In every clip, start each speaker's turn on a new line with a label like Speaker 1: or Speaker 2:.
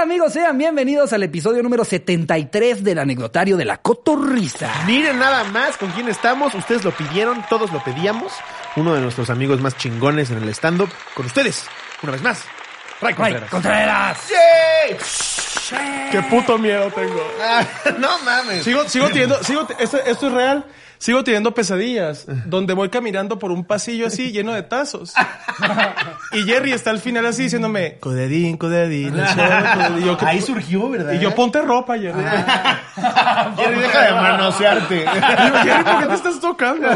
Speaker 1: amigos? Sean bienvenidos al episodio número 73 del anecdotario de la cotorrisa.
Speaker 2: Miren nada más con quién estamos. Ustedes lo pidieron, todos lo pedíamos. Uno de nuestros amigos más chingones en el stand-up. Con ustedes, una vez más. Ray
Speaker 1: Ray
Speaker 2: Contreras.
Speaker 1: Contreras.
Speaker 2: ¡Yay!
Speaker 3: Qué puto miedo tengo.
Speaker 2: Ah, no mames.
Speaker 3: Sigo, sigo teniendo, sigo, te- esto, esto es real. Sigo teniendo pesadillas, donde voy caminando por un pasillo así lleno de tazos. y Jerry está al final así diciéndome, codedín, codedín, lechero, codedín". Y yo,
Speaker 2: Ahí surgió, ¿verdad?
Speaker 3: y yo, ponte ropa, Jerry.
Speaker 2: Jerry, deja de manosearte.
Speaker 3: Y yo, Jerry, ¿por qué te estás tocando?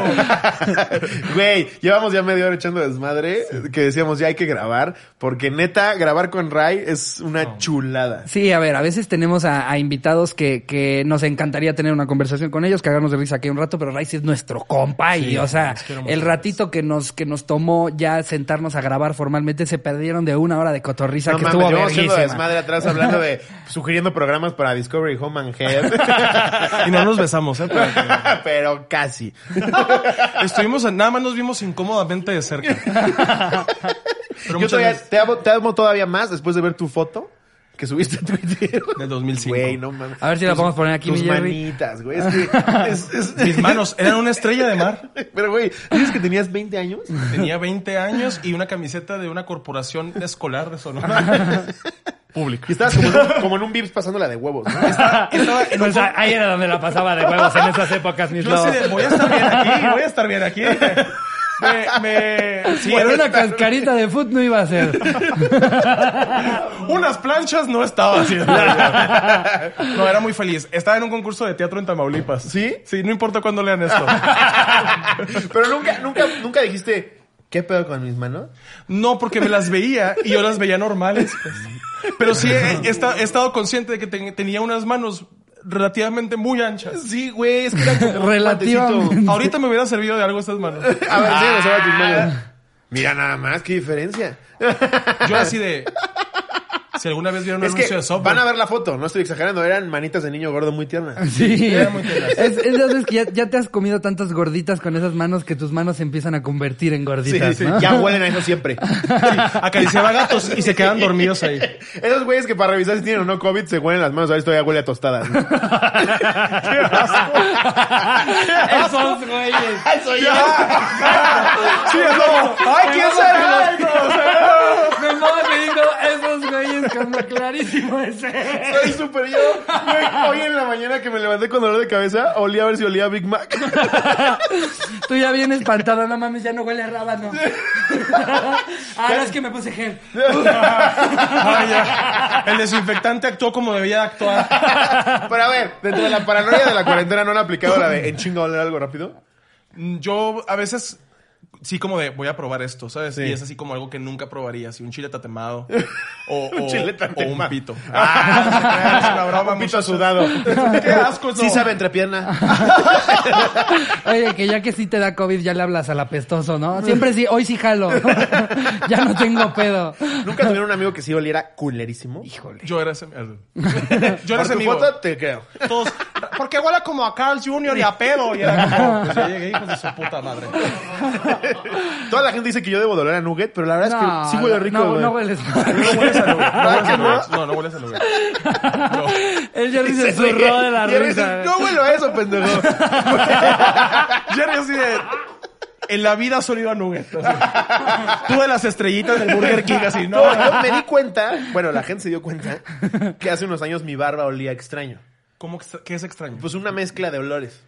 Speaker 2: Güey, llevamos ya media hora echando desmadre que decíamos ya hay que grabar porque neta grabar con Ray es una chulada.
Speaker 1: Sí, a ver, a veces tenemos a, a invitados que, que nos encantaría tener una conversación con ellos, cagarnos de risa aquí un rato, pero Rice es nuestro compa y, o sea, el ratito que nos, que nos tomó ya sentarnos a grabar formalmente, se perdieron de una hora de cotorriza
Speaker 2: No
Speaker 1: que
Speaker 2: mames,
Speaker 1: estuvo
Speaker 2: llevamos haciendo
Speaker 1: verguísima.
Speaker 2: desmadre atrás hablando de sugiriendo programas para Discovery Home and Head,
Speaker 3: Y no nos besamos, ¿eh? Pero-
Speaker 2: pero casi.
Speaker 3: Estuvimos, en- nada más nos vimos incómodamente de cerca. Pero
Speaker 2: Yo
Speaker 3: muchas
Speaker 2: todavía,
Speaker 3: gracias.
Speaker 2: te, amo, te amo todavía más después de ver tu foto que subiste a Twitter.
Speaker 3: Del 2005.
Speaker 2: Güey, no mames.
Speaker 1: A ver si la podemos poner aquí,
Speaker 2: Tus
Speaker 1: mi Jerry.
Speaker 2: manitas, güey. Es que es- es-
Speaker 3: Mis manos eran una estrella de mar.
Speaker 2: Pero, güey, ¿dices que tenías 20 años?
Speaker 3: Tenía 20 años y una camiseta de una corporación escolar de Sonora. Pública.
Speaker 2: Y estabas como en un, como en un Vips pasándola de huevos, ¿no?
Speaker 3: Estaba en un
Speaker 1: Pues a- ahí era donde la pasaba de huevos en esas épocas, mis
Speaker 3: Yo así de,
Speaker 1: lobos.
Speaker 3: voy a estar bien aquí, voy a estar bien aquí. Me, me- sí,
Speaker 1: Por
Speaker 3: era
Speaker 1: una cascarita de foot no iba a ser.
Speaker 3: una- unas planchas no estaba haciendo. No, era muy feliz. Estaba en un concurso de teatro en Tamaulipas.
Speaker 2: ¿Sí?
Speaker 3: Sí, no importa cuándo lean esto.
Speaker 2: Pero nunca, nunca, nunca dijiste, ¿qué pedo con mis manos?
Speaker 3: No, porque me las veía y yo las veía normales. pues. Pero sí he, he esta- he estado consciente de que ten- tenía unas manos relativamente muy anchas.
Speaker 2: Sí, güey, es que era como un
Speaker 1: Relativamente.
Speaker 2: patecito.
Speaker 3: Ahorita me hubiera servido de algo estas manos.
Speaker 2: A ver, sí, nos tus manos.
Speaker 1: Ah.
Speaker 2: Mira nada más, qué diferencia.
Speaker 3: Yo así de... Si alguna vez vieron un
Speaker 2: Es que
Speaker 3: anuncio de software...
Speaker 2: van a ver la foto, no estoy exagerando, eran manitas de niño gordo muy tiernas.
Speaker 1: Sí.
Speaker 3: Era muy tenaz.
Speaker 1: Es, es de esas que ya, ya te has comido tantas gorditas con esas manos que tus manos se empiezan a convertir en
Speaker 2: Sí,
Speaker 1: gorditas,
Speaker 2: sí,
Speaker 1: ¿no?
Speaker 2: ya huelen a eso siempre.
Speaker 3: Sí, acariciaba gatos y se quedan dormidos ahí.
Speaker 2: Esos güeyes que para revisar si tienen o no COVID se huelen las manos, a ver si todavía huele a tostadas.
Speaker 1: Esos güeyes.
Speaker 2: ¡Eso ya!
Speaker 3: Sí, es como, ¡ay, quién sabe!
Speaker 1: Me muevo y digo, esos güeyes como clarísimo ese.
Speaker 2: Soy súper yo. Güey, hoy en la mañana que me levanté con dolor de cabeza, olía a ver si olía a Big Mac.
Speaker 1: Tú ya vienes espantado, no mames, ya no huele a rábano. Ah, no, es que me puse gel.
Speaker 3: Ay, ya. El desinfectante actuó como debía actuar.
Speaker 2: Pero a ver, dentro de la paranoia de la cuarentena no han aplicado la de en chinga oler algo rápido.
Speaker 3: Yo a veces... Sí, como de, voy a probar esto, ¿sabes?
Speaker 2: Sí.
Speaker 3: Y es así como algo que nunca probaría, así un chile tatemado. O
Speaker 2: Un
Speaker 3: o-
Speaker 2: chile tatemado.
Speaker 3: O un pito.
Speaker 2: Ah,
Speaker 3: es una broma,
Speaker 2: un pito
Speaker 3: muchacho.
Speaker 2: sudado.
Speaker 3: Qué asco eso.
Speaker 2: Sí sabe entrepierna.
Speaker 1: Oye, que ya que sí te da COVID, ya le hablas al apestoso, ¿no? Siempre sí, hoy sí jalo. ya no tengo pedo.
Speaker 2: ¿Nunca tuvieron un amigo que sí oliera culerísimo?
Speaker 1: Híjole.
Speaker 3: Yo era ese... Yo era
Speaker 2: Por
Speaker 3: ese
Speaker 2: tu
Speaker 3: amigo.
Speaker 2: foto te creo.
Speaker 3: Todos, ¿por qué huele como a Carl Jr. y a pedo? Y era como, pues ya llegué, hijos de su puta madre.
Speaker 2: Toda la gente dice que yo debo de oler a nugget, pero la verdad es que sí huele rico.
Speaker 1: No,
Speaker 2: güey.
Speaker 1: no hueles.
Speaker 3: No hueles a nube. No hueles a nube.
Speaker 2: ¿Ah,
Speaker 3: No, no hueles a nube.
Speaker 1: El Jerry se
Speaker 2: Sí, güey.
Speaker 1: zurró de la
Speaker 2: Y él
Speaker 1: risa.
Speaker 2: dice, No huelo a eso, pendejo.
Speaker 3: Jerry así de... En la vida has olido a nugget. así. Tú de las estrellitas del Burger King así. No,
Speaker 2: No, yo me di cuenta, bueno, la gente se dio cuenta que hace unos años mi barba olía extraño.
Speaker 3: ¿Cómo que está- qué es extraño?
Speaker 2: Pues una mezcla de olores.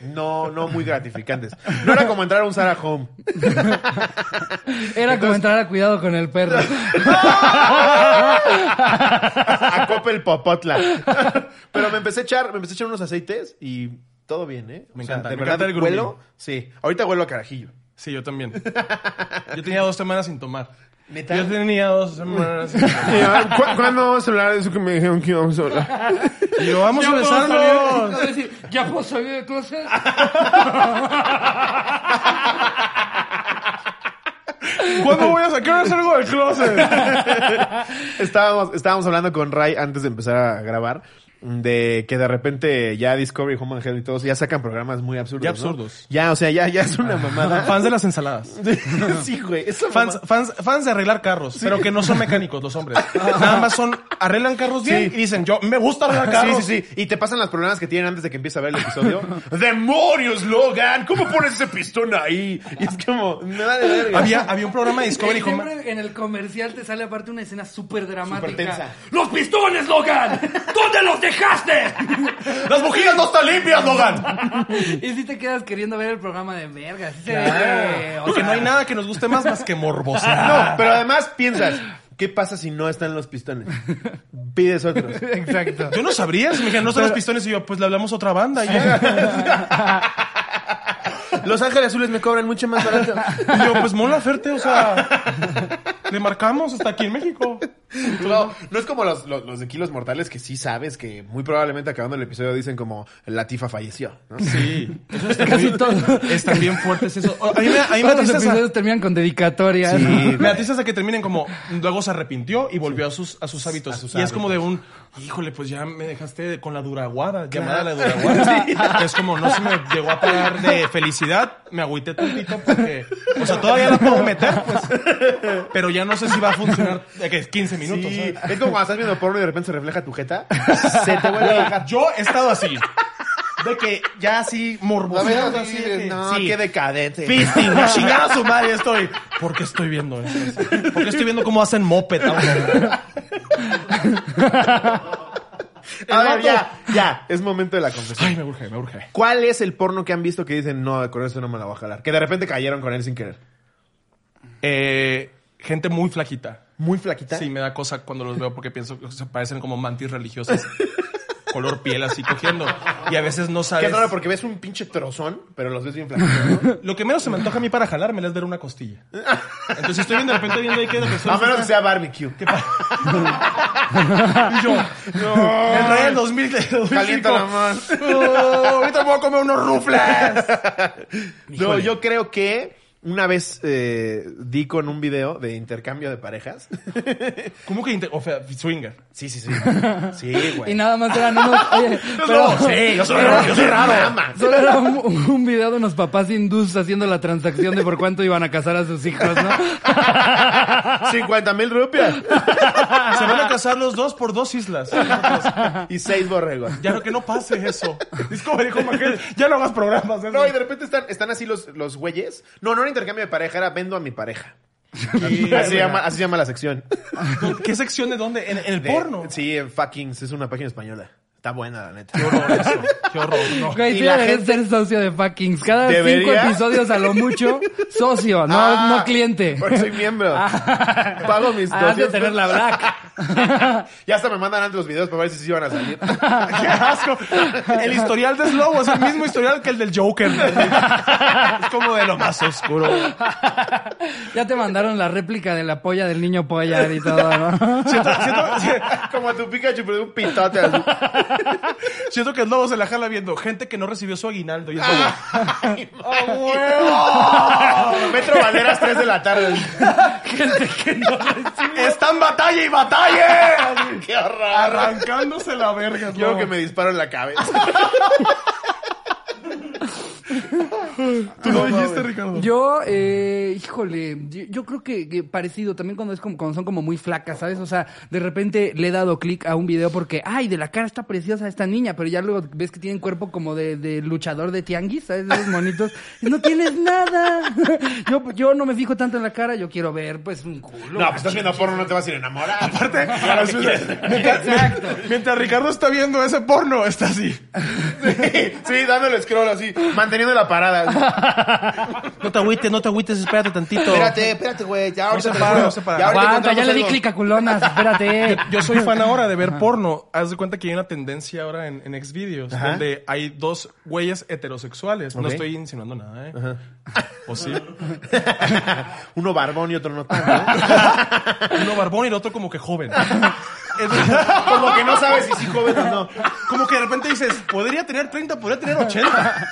Speaker 2: No, no muy gratificantes. No era como entrar a un Sarah Home.
Speaker 1: Era como entrar a cuidado con el perro.
Speaker 2: A Copel Popotla. Pero me empecé a echar, me empecé a echar unos aceites y todo bien, ¿eh?
Speaker 3: Me encanta,
Speaker 2: de
Speaker 3: me
Speaker 2: verdad,
Speaker 3: encanta el grooming.
Speaker 2: huelo, sí. Ahorita huelo a carajillo.
Speaker 3: Sí, yo también. Yo tenía dos semanas sin tomar.
Speaker 2: ¿Neta?
Speaker 3: Yo tenía dos semanas sin tomar.
Speaker 2: ¿Cuándo vamos a hablar de eso que me dijeron que íbamos a hablar?
Speaker 3: Y yo, vamos a
Speaker 1: Ya puedo salir.
Speaker 3: besarnos.
Speaker 1: Es decir, Ya puedo salir de closet.
Speaker 3: Ah, ¿Cuándo voy a horas, ¿a qué hora salgo del closet?
Speaker 2: estábamos, estábamos hablando con Ray antes de empezar a grabar de que de repente ya Discovery, Home and Health y todos ya sacan programas muy absurdos.
Speaker 3: Ya
Speaker 2: ¿no?
Speaker 3: absurdos.
Speaker 2: Ya, o sea, ya, ya es una mamada.
Speaker 3: Fans de las ensaladas.
Speaker 2: sí, güey. esa
Speaker 3: Fans,
Speaker 2: mamada-
Speaker 3: fans, fans de arreglar carros, pero que no son mecánicos los hombres. Nada más son, arreglan carros bien
Speaker 2: Sí.
Speaker 3: y dicen, yo me gusta arreglar
Speaker 2: Sí,
Speaker 3: carros.
Speaker 2: sí, sí. Y te pasan las problemas que tienen antes de que empiece a ver el episodio. ¡Demonios, Logan! ¿Cómo pones ese pistón ahí? Y es como, me vale verga.
Speaker 3: Había, había un programa de Discovery Home.
Speaker 1: Siempre en el comercial te sale aparte una escena súper dramática.
Speaker 2: Supertensa.
Speaker 1: ¡Los pistones, Logan! ¿Dónde los dejaste?
Speaker 2: ¡Las bujías no están limpias, Logan!
Speaker 1: y si te quedas queriendo ver el programa de verga. sí se ve, o
Speaker 3: Porque
Speaker 1: sea,
Speaker 3: no hay nada que nos guste más más que morbosear.
Speaker 2: No, pero además piensas, ¿qué pasa si no están los pistones? Pides otros.
Speaker 1: Exacto.
Speaker 3: Yo no sabría, si me dijeran, no son los pistones, y yo, pues le hablamos a otra banda. Y ya.
Speaker 2: Los Ángeles Azules me cobran mucho más barato.
Speaker 3: Y yo, pues mola Ferte, o sea, le marcamos hasta aquí en México.
Speaker 2: No, no es como los, los, los de Kilos Mortales que sí sabes que muy probablemente acabando el episodio dicen como Latifa falleció. ¿no?
Speaker 3: Sí. Eso está
Speaker 1: Casi
Speaker 3: muy-
Speaker 1: todo.
Speaker 3: Están bien fuertes eso. A mí me, a mí me
Speaker 1: Todos los
Speaker 3: atiza esa-
Speaker 1: episodios terminan con dedicatoria.
Speaker 2: Sí.
Speaker 1: ¿no?
Speaker 3: Me atiza hasta que terminen como, luego se arrepintió y volvió a sus, a sus hábitos.
Speaker 2: sus
Speaker 3: y es como de un, híjole, pues ya me dejaste con la duraguada, llamada la duraguada. Es como, no se me llegó a pagar de felicidad, me agüité tantito porque, o sea, todavía la puedo meter, pues. Pero ya no sé si va a funcionar, de que 15
Speaker 2: Sí,
Speaker 3: minutos. ¿sabes?
Speaker 2: es como cuando estás viendo porno y de repente se refleja tu jeta. Se te vuelve a
Speaker 3: Güey,
Speaker 2: bajar.
Speaker 3: Yo he estado así. De que ya así
Speaker 2: A ver,
Speaker 3: morboseado.
Speaker 2: sí,
Speaker 3: así de que-
Speaker 2: no,
Speaker 3: sí.
Speaker 2: qué decadente.
Speaker 3: Fisting, a chingar a su madre estoy. ¿Por qué estoy viendo eso? ¿Por qué estoy viendo cómo hacen moped? a un hombre?
Speaker 2: A ver,
Speaker 3: vato-
Speaker 2: ya, ya. Es momento de la confesión.
Speaker 3: Ay, me urge, me urge.
Speaker 2: ¿Cuál es el porno que han visto que dicen, no, con eso no me la voy a jalar? Que de repente cayeron con él sin querer.
Speaker 3: Eh, gente muy flaquita.
Speaker 2: Muy flaquita.
Speaker 3: Sí, me da cosa cuando los veo porque pienso que se parecen como mantis religiosas. Color piel así cogiendo. Y a veces no
Speaker 2: Qué
Speaker 3: sabes.
Speaker 2: raro porque ves un pinche trozón, pero los ves bien flaquitos, ¿no?
Speaker 3: Lo que menos se me antoja a mí para jalarme es ver una costilla. Entonces estoy viendo de repente viendo ahí que la persona.
Speaker 2: A menos que sea barbecue.
Speaker 3: Y yo. Me traía el 2000, el 2005.
Speaker 2: Calienta la mano.
Speaker 3: Oh, ahorita me voy a comer unos rufles.
Speaker 2: No, yo creo que una vez eh, di con un video de intercambio de parejas.
Speaker 3: ¿Cómo que inte- o sea, swinger?
Speaker 2: Sí, sí, sí. Sí, güey.
Speaker 1: Y nada más eran unos. Oye, pero-
Speaker 2: No, sí, yo soy raro, yo soy raro. Mama.
Speaker 1: Solo era un, un video de unos papás hindús haciendo la transacción de por cuánto iban a casar a sus hijos, ¿no?
Speaker 2: 50 mil rupias
Speaker 3: Se van a casar los dos por dos islas.
Speaker 2: y seis borregos.
Speaker 3: Ya no que no pase eso. Discovery como aquel, ya no hagas programas. ¿eh? eso.
Speaker 2: No, y de repente están, están así los, los güeyes. No, no era intercambio de pareja, era vendo a mi pareja.
Speaker 3: Y-
Speaker 2: Así se llama, así se llama la sección.
Speaker 3: ¿Qué sección de dónde? ¿En, en el
Speaker 2: De-
Speaker 3: porno?
Speaker 2: Sí, en fucking, es una página española. Está buena, la neta.
Speaker 3: Qué horror eso. Qué horror. no.
Speaker 1: Güey,
Speaker 2: Y
Speaker 1: sí
Speaker 2: la
Speaker 1: deberías
Speaker 2: gente-
Speaker 1: ser socio de Fuckings. Cada cinco
Speaker 2: ¿Debería?
Speaker 1: episodios a lo mucho, socio, no,
Speaker 2: Ah,
Speaker 1: no cliente.
Speaker 2: Porque soy miembro.
Speaker 1: Ah.
Speaker 2: Pago mis
Speaker 1: Ah, has de
Speaker 2: 200
Speaker 1: tener la black.
Speaker 2: Ya hasta me mandan antes los videos para ver si sí iban a salir.
Speaker 3: Qué asco. El historial de Slobo es el mismo historial que el del Joker. Es como de lo más oscuro.
Speaker 1: Ya te mandaron la réplica de la polla del niño polla y todo, ¿no?
Speaker 3: Siento, siento-
Speaker 2: Como a tu Pikachu, pero de un pitote. así.
Speaker 3: siento que el Slobo se la jala viendo gente que no recibió su aguinaldo. Y es como,
Speaker 2: Metro Valderas, 3 de la tarde.
Speaker 1: Gente que no.
Speaker 3: ¡Están batalla y batalla!
Speaker 2: ¡Qué horror!
Speaker 3: Arrancándose la verga.
Speaker 2: Yo
Speaker 3: Slobo.
Speaker 2: que me disparo en la cabeza.
Speaker 3: Tú lo dijiste, Ricardo.
Speaker 1: Yo, eh, híjole, yo, yo creo que, que parecido también cuando es como cuando son como muy flacas, ¿sabes? O sea, de repente le he dado clic a un video porque, ay, de la cara está preciosa esta niña, pero ya luego ves que tienen cuerpo como de, de luchador de tianguis, ¿sabes? De Esos monitos. Y No tienes nada. Yo, yo no me fijo tanto en la cara, yo quiero ver, pues, un culo.
Speaker 2: No, pues estás viendo porno, no te vas a ir a enamorar. Aparte,
Speaker 3: Claro, sí, mientras, mientras Ricardo está viendo ese porno, está así.
Speaker 2: Sí, dándole scroll así, manteniendo la parada.
Speaker 3: No te agüites, no te agüites, espérate tantito.
Speaker 2: Espérate, espérate, güey. Ya ahorita
Speaker 3: se
Speaker 2: te
Speaker 3: para,
Speaker 2: juro.
Speaker 3: no se para.
Speaker 2: Ya ahorita
Speaker 1: Aguanta, ya
Speaker 2: encontramos
Speaker 1: le di
Speaker 2: algo.
Speaker 1: clic a culonas, espérate.
Speaker 3: Eh, Yo soy fan ahora de ver porno. Haz de cuenta que hay una tendencia ahora en, en Xvideos
Speaker 2: Ajá.
Speaker 3: donde hay dos güeyes heterosexuales. No
Speaker 2: Ok.
Speaker 3: estoy insinuando nada, ¿eh? O sí.
Speaker 2: Uno barbón y otro no tanto.
Speaker 3: Uno barbón y el otro como que joven.
Speaker 2: Como que no sabes si sí joven o no.
Speaker 3: Como que de repente dices, podría tener 30, podría tener 80.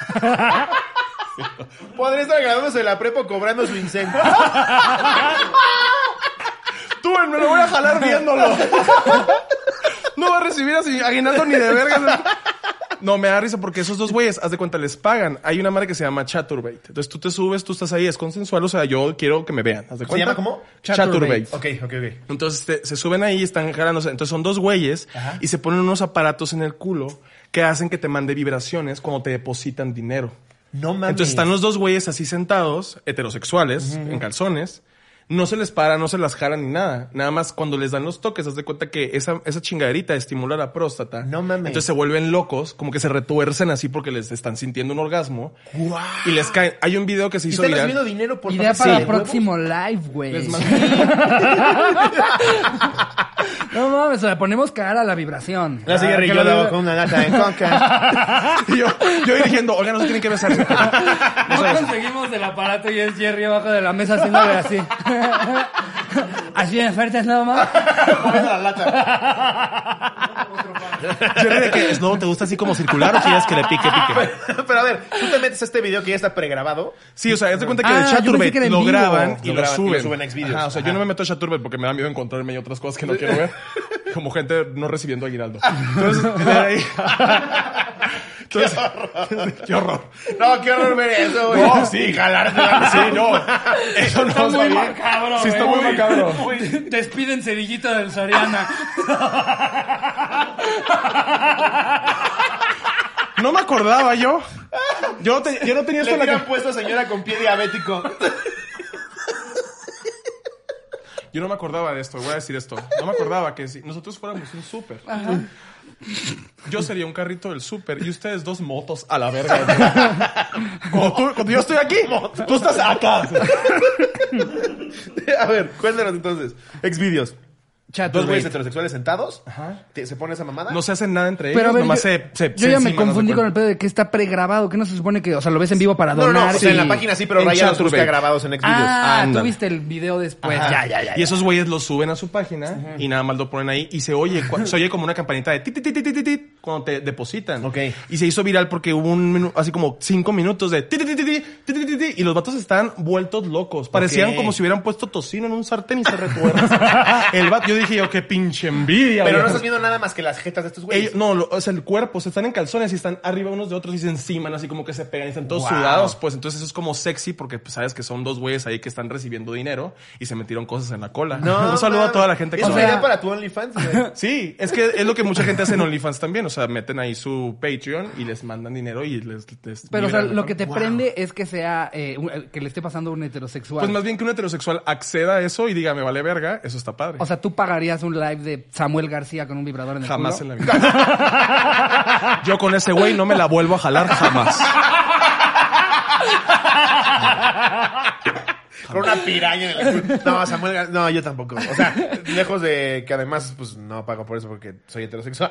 Speaker 2: Podría estar graduándose de la prepa o cobrando su incendio.
Speaker 3: Tú, me lo voy a jalar viéndolo. No va a recibir así aguinaldo ni de verga. No, me da risa porque esos dos güeyes, haz de cuenta, les pagan. Hay una madre que se llama Chaturbate. Entonces tú te subes, tú estás ahí, es consensual. O sea, yo quiero que me vean. ¿Haz
Speaker 2: ¿Se
Speaker 3: de cuenta?
Speaker 2: llama cómo?
Speaker 3: Chaturbate.
Speaker 2: Ok, ok, ok.
Speaker 3: Entonces te- se suben ahí y están jalándose. Entonces son dos güeyes
Speaker 2: Ajá.
Speaker 3: y se ponen unos aparatos en el culo que hacen que te mande vibraciones cuando te depositan dinero.
Speaker 2: No mames.
Speaker 3: Entonces están los dos güeyes así sentados, heterosexuales, en calzones. No se les para, no se las jalan ni nada. Nada más cuando les dan los toques, haz de cuenta que esa, esa chingaderita estimula la próstata.
Speaker 2: No mames.
Speaker 3: Entonces se vuelven locos, como que se retuercen así porque les están sintiendo un orgasmo.
Speaker 2: Guau.
Speaker 3: Y les caen. Hay un video que se
Speaker 2: Y
Speaker 3: hizo
Speaker 2: están
Speaker 3: viral.
Speaker 2: recibiendo dinero por
Speaker 1: Idea
Speaker 2: papel
Speaker 1: para
Speaker 2: de
Speaker 1: el
Speaker 2: huevos.
Speaker 1: próximo live, güey.
Speaker 3: Les mando-
Speaker 1: No mames, le ponemos cara a la vibración.
Speaker 2: La cigarrillo
Speaker 1: Ah, que la
Speaker 2: la
Speaker 1: vibra-
Speaker 2: con una gata en conca.
Speaker 3: Y yo, yo dirigiendo, oigan, no se tienen que besar.
Speaker 1: No conseguimos el aparato y es Jerry abajo de la mesa haciéndole así. así de ofertas, no mames.
Speaker 2: la lata.
Speaker 3: Jerry, de que, ¿no? ¿Te gusta así como circular o quieres que le pique, pique?
Speaker 2: Pero a ver, tú te metes a este video que ya está pregrabado.
Speaker 3: Sí, o sea, haz de cuenta que
Speaker 1: Ah,
Speaker 3: de
Speaker 1: yo pensé que era
Speaker 3: Chaturbate
Speaker 1: en
Speaker 3: lo
Speaker 1: vivo.
Speaker 3: graban y
Speaker 2: Lo
Speaker 3: lo,
Speaker 2: graban y lo
Speaker 3: suben.
Speaker 2: suben a Xvideos.
Speaker 3: Ajá, o sea,
Speaker 2: Ajá.
Speaker 3: yo no me meto a Chaturbate porque me da miedo encontrarme y otras cosas que no quiero ver. Como gente no recibiendo aguinaldo. Entonces, de ahí... Entonces, qué horror.
Speaker 2: No, qué horror ver eso, güey.
Speaker 3: No, sí, jalarte. la- Sí, no. Eso no
Speaker 1: Está muy
Speaker 3: bien.
Speaker 1: macabro,
Speaker 3: Sí, está
Speaker 1: güey.
Speaker 3: muy macabro.
Speaker 1: Despiden cerillito del Soriana.
Speaker 3: No me acordaba yo. Yo, te- yo no tenía esto
Speaker 2: Le tiran
Speaker 3: en la cabeza.
Speaker 2: puesto a señora con pie diabético.
Speaker 3: Yo no me acordaba de esto, voy a decir esto. No me acordaba que si nosotros fuéramos un súper. Yo sería un carrito del súper y ustedes dos motos a la verga. güey. Cuando, tú- cuando yo estoy aquí, tú estás acá.
Speaker 2: a ver, cuéntanos entonces. Exvideos.
Speaker 1: Chato,
Speaker 2: Dos
Speaker 1: güey.
Speaker 2: güeyes heterosexuales sentados.
Speaker 3: Ajá.
Speaker 2: Te- se pone esa mamada.
Speaker 3: No se hacen nada entre
Speaker 1: Pero a
Speaker 3: ellos,
Speaker 1: ver,
Speaker 3: nomás
Speaker 1: yo,
Speaker 3: se, se-
Speaker 1: yo
Speaker 3: se
Speaker 1: ya me
Speaker 3: enciman,
Speaker 1: confundí
Speaker 3: haz
Speaker 1: con
Speaker 3: de
Speaker 1: el pedo de que está pregrabado, que no se supone que, o sea, lo ves en vivo para
Speaker 2: no,
Speaker 1: donar.
Speaker 2: no, no, o sea, en
Speaker 1: y-
Speaker 2: la página sí, pero
Speaker 3: En
Speaker 2: Raya los busca
Speaker 3: Chaturbate.
Speaker 2: grabados en Xvideos.
Speaker 1: Ah,
Speaker 3: Ándale.
Speaker 1: tuviste el video después.
Speaker 2: Ajá.
Speaker 1: Ya, ya, ya.
Speaker 3: Y esos güeyes lo suben a su página y nada más lo ponen ahí y se oye, cua- se oye como una campanita de tit, tit, tit, tit, tit, tit, cuando te depositan.
Speaker 2: Ok.
Speaker 3: Y se hizo viral porque hubo un minu- así como cinco minutos de tit, tit, tit, tit, tit, tit, tit, tit, y los vatos estaban vueltos locos. Parecían
Speaker 2: Ok.
Speaker 3: como si hubieran puesto tocino en un sartén y se retuerzan. el vato, yo dije yo, qué pinche envidia.
Speaker 2: Pero no
Speaker 3: viejo".
Speaker 2: estás viendo nada más que las jetas de estos güeyes.
Speaker 3: Ellos-
Speaker 1: Pues.
Speaker 3: no, lo- o sea, el cuerpo, se están en calzones y están arriba unos de otros y se enciman así como que se pegan y están todos
Speaker 2: Wow.
Speaker 3: sudados. Pues entonces eso es como sexy porque pues, sabes que son dos güeyes ahí que están recibiendo dinero y se metieron cosas en la cola. Un saludo
Speaker 2: mames.
Speaker 3: a toda la gente que
Speaker 2: Es
Speaker 3: lo
Speaker 2: una
Speaker 3: ve.
Speaker 2: idea para tu OnlyFans, güey.
Speaker 3: Sí, es que es lo que mucha gente hace en OnlyFans también. O sea, meten ahí su Patreon y les mandan dinero y les. les
Speaker 1: Pero, o sea,
Speaker 3: liberan.
Speaker 1: lo que te prende es que sea, eh, un- que le esté pasando a un heterosexual.
Speaker 3: Pues más bien que un heterosexual acceda a eso y diga, me vale verga, eso está padre.
Speaker 1: O sea, tú pagarías un live de Samuel García con un vibrador en el
Speaker 3: jamás en
Speaker 1: culo?
Speaker 3: la vida. Yo con ese güey no me la vuelvo a jalar jamás.
Speaker 2: Con una piraña en el culo. No, Samuel Gar- No, yo tampoco. O sea, lejos de que además, pues no pago por eso porque soy heterosexual.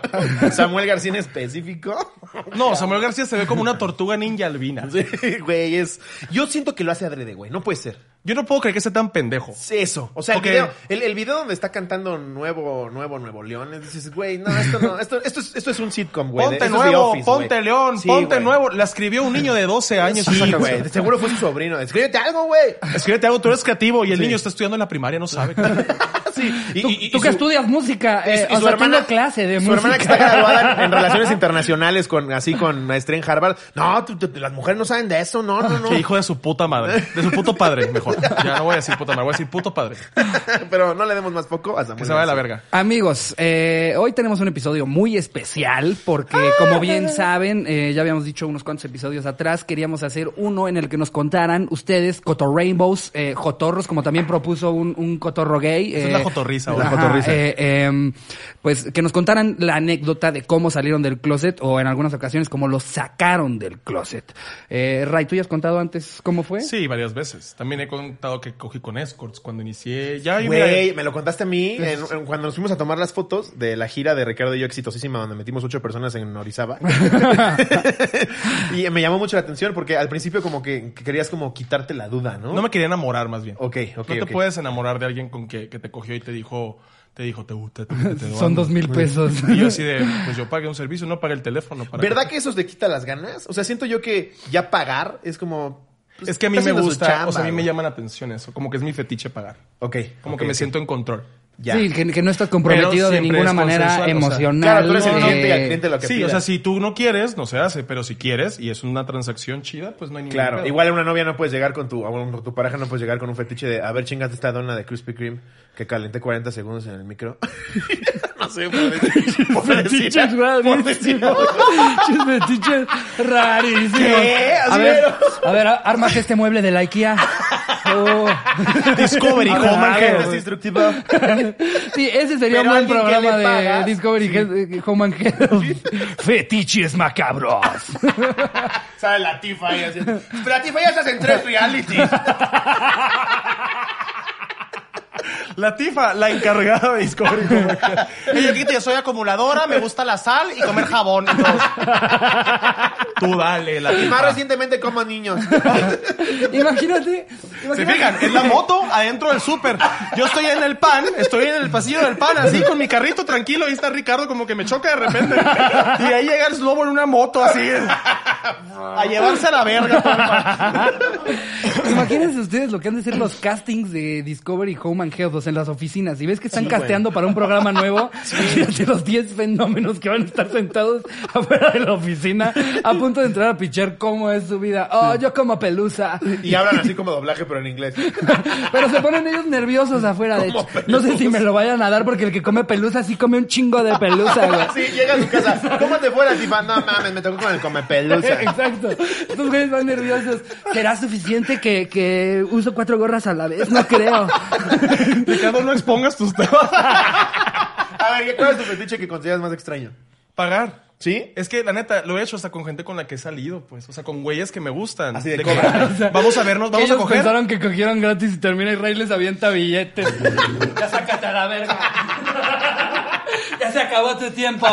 Speaker 2: Samuel García en específico.
Speaker 3: No, Samuel García se ve como una tortuga ninja albina.
Speaker 2: Sí, Güey, es. Yo siento que lo hace adrede, güey. No puede ser.
Speaker 3: Yo no puedo creer que sea tan pendejo.
Speaker 2: Es eso. O sea,
Speaker 3: Ok.
Speaker 2: el, video, el, el video donde está cantando Nuevo, Nuevo, Nuevo León. y Dices, güey, no, esto no. Esto, esto, es, esto es un sitcom, güey.
Speaker 3: Ponte
Speaker 2: Esto es The
Speaker 3: nuevo,
Speaker 2: Office, güey.
Speaker 3: ponte león,
Speaker 2: Sí,
Speaker 3: ponte
Speaker 2: güey.
Speaker 3: nuevo. La escribió un niño de 12 años. esa
Speaker 2: Sí,
Speaker 3: canción.
Speaker 2: güey. Seguro fue su sobrino. Escríbete algo, güey.
Speaker 3: Es que yo te hago, tú eres creativo y el
Speaker 2: Sí.
Speaker 3: niño está estudiando en la primaria, no sabe.
Speaker 2: Sí. Y-
Speaker 1: Tú,
Speaker 2: y- y
Speaker 1: tú que
Speaker 2: su-
Speaker 1: estudias música,
Speaker 2: Y-
Speaker 1: eh,
Speaker 2: y
Speaker 1: o sea, tengo clase de
Speaker 2: su
Speaker 1: música.
Speaker 2: hermana que está graduada en, en relaciones internacionales con así con maestría en Harvard. No, tú- tú- las mujeres no saben de eso, no, no, no.
Speaker 3: Que hijo de su puta madre. De su puto padre, mejor. Ya no voy a decir puta madre, voy a decir puto padre.
Speaker 2: Pero no le demos más poco a Samuel.
Speaker 3: Que se vaya a la
Speaker 2: García.
Speaker 3: verga.
Speaker 1: Amigos, eh, hoy tenemos un episodio muy especial porque, como bien saben, eh, ya habíamos dicho unos cuantos episodios atrás, queríamos hacer uno en el que nos contaran ustedes, Cotorrainbows, eh, Jotorros, como también propuso un, un Cotorro gay. eh,
Speaker 3: Esa es la jotorrisa, güey.
Speaker 1: ajá,
Speaker 3: La jotorrisa.
Speaker 1: eh, em, pues que nos contaran la anécdota de cómo salieron del closet o en algunas ocasiones cómo los sacaron del closet. Eh, Ray, ¿tú ya has contado antes cómo fue?
Speaker 3: Sí, varias veces. También he contado que cogí con escorts cuando inicié. Ya, y
Speaker 2: Güey,
Speaker 3: mira, eh.
Speaker 2: me lo contaste a mí en- en- cuando nos fuimos a tomar las fotos de la gira de Ricardo y yo exitosísima, donde metimos ocho personas en Orizaba. y me llamó mucho la atención porque al principio como que, que querías como quitarte la duda, ¿no?
Speaker 3: no me quería enamorar más bien.
Speaker 2: Ok, ok,
Speaker 3: No te
Speaker 2: ok.
Speaker 3: puedes enamorar de alguien con que, que te cogió y te dijo, te dijo, te gusta, te, te- te
Speaker 1: Son
Speaker 3: amo".
Speaker 1: dos mil pesos.
Speaker 3: Y yo así de, pues yo pagué un servicio, no pagué el teléfono. Para
Speaker 2: ¿Verdad que eso te quita las ganas? O sea, siento yo que ya pagar es como... pues,
Speaker 3: Es que a mí
Speaker 2: está
Speaker 3: me
Speaker 2: haciendo su
Speaker 3: gusta,
Speaker 2: chamba,
Speaker 3: o sea, a mí me
Speaker 2: güey.
Speaker 3: llama la atención eso. Como que es mi fetiche pagar.
Speaker 2: Ok.
Speaker 3: Como
Speaker 2: ok,
Speaker 3: que me
Speaker 2: ok.
Speaker 3: siento en control.
Speaker 2: Ya.
Speaker 1: Sí, que, que no estás comprometido
Speaker 3: Pero
Speaker 1: de
Speaker 3: siempre
Speaker 1: ninguna
Speaker 3: es
Speaker 1: manera
Speaker 3: consensual, o sea,
Speaker 1: emocional.
Speaker 2: Claro, tú eres el
Speaker 1: eh,
Speaker 2: cliente y al cliente lo que
Speaker 3: Sí,
Speaker 2: pida.
Speaker 3: o sea, si tú no quieres, no se hace, pero si quieres y es una transacción chida, pues no hay ningún
Speaker 2: Claro,
Speaker 3: pedo.
Speaker 2: igual a una novia no puedes llegar con tu, a un- tu pareja no puedes llegar con un fetiche de, a ver, chingate esta dona de Krispy Kreme que calenté 40 segundos en el micro. no sé, por decir, por decir,
Speaker 1: Fetiches, güey.
Speaker 2: por decir algo.
Speaker 1: Pinches fetiches rarísimos.
Speaker 2: ¿Qué?
Speaker 1: A
Speaker 2: Así
Speaker 1: ver,
Speaker 2: mero.
Speaker 1: a ver, a- armas este mueble de la IKEA. Oh.
Speaker 3: Discovery
Speaker 2: Ah,
Speaker 3: Home and
Speaker 2: ah,
Speaker 3: Health.
Speaker 2: es destructivo.
Speaker 1: Sí, ese sería
Speaker 2: Pero
Speaker 1: un buen
Speaker 2: alguien que
Speaker 1: programa
Speaker 2: le
Speaker 1: de
Speaker 2: pagas.
Speaker 1: Discovery Health- Home and Health. Fetiches macabros.
Speaker 2: Sale la tifa ahí así. Pero la tifa ya estás en tres realities.
Speaker 3: La tifa, la encargada de Discovery Home and Health.
Speaker 4: Yo quito, yo soy acumuladora, me gusta la sal y comer jabón. Entonces,
Speaker 3: Tú dale, la
Speaker 2: Y más
Speaker 3: tifa.
Speaker 2: recientemente como niños.
Speaker 1: Imagínate.
Speaker 3: Se fijan, es la moto adentro del súper. Yo estoy en el pan, estoy en el pasillo del pan, así con mi carrito tranquilo. Ahí está Ricardo como que me choca de repente. Y ahí llega el Slobo en una moto así.
Speaker 4: a llevarse a la verga. todo el pan.
Speaker 1: Imagínense ustedes lo que han de ser los castings de Discovery Home and Health, o sea, en las oficinas. Y ves que están casteando para un programa nuevo. Imagínate los 10 fenómenos que van a estar sentados afuera de la oficina a punto de entrar a pichar cómo es su vida. Oh, yo como pelusa.
Speaker 2: Y hablan así como doblaje, pero en inglés.
Speaker 1: Pero se ponen ellos nerviosos afuera. De hecho, no sé si me lo vayan a dar porque el que come pelusa sí come un chingo de pelusa, güey.
Speaker 2: Sí, llega a su casa. ¿Cómo te fue la tifa? No mames, me tocó con el come pelusa.
Speaker 1: Exacto. Estos güeyes van nerviosos. ¿Será suficiente que, que uso cuatro gorras a la vez? No creo.
Speaker 3: Ricardo, no expongas tus temas.
Speaker 2: A ver, ¿cuál es tu fetiche que consideras más extraño?
Speaker 3: Pagar.
Speaker 2: ¿Sí?
Speaker 3: Es que la neta, lo he hecho hasta con gente con la que he salido, pues. O sea, con güeyes que me gustan.
Speaker 2: Así de
Speaker 3: que,
Speaker 2: cobra.
Speaker 3: o sea, vamos a vernos, vamos a
Speaker 1: Ellos
Speaker 3: coger.
Speaker 1: pensaron que cogieron gratis y termina y Ray les avienta billetes. ya sácate a la verga. ya se acabó tu tiempo.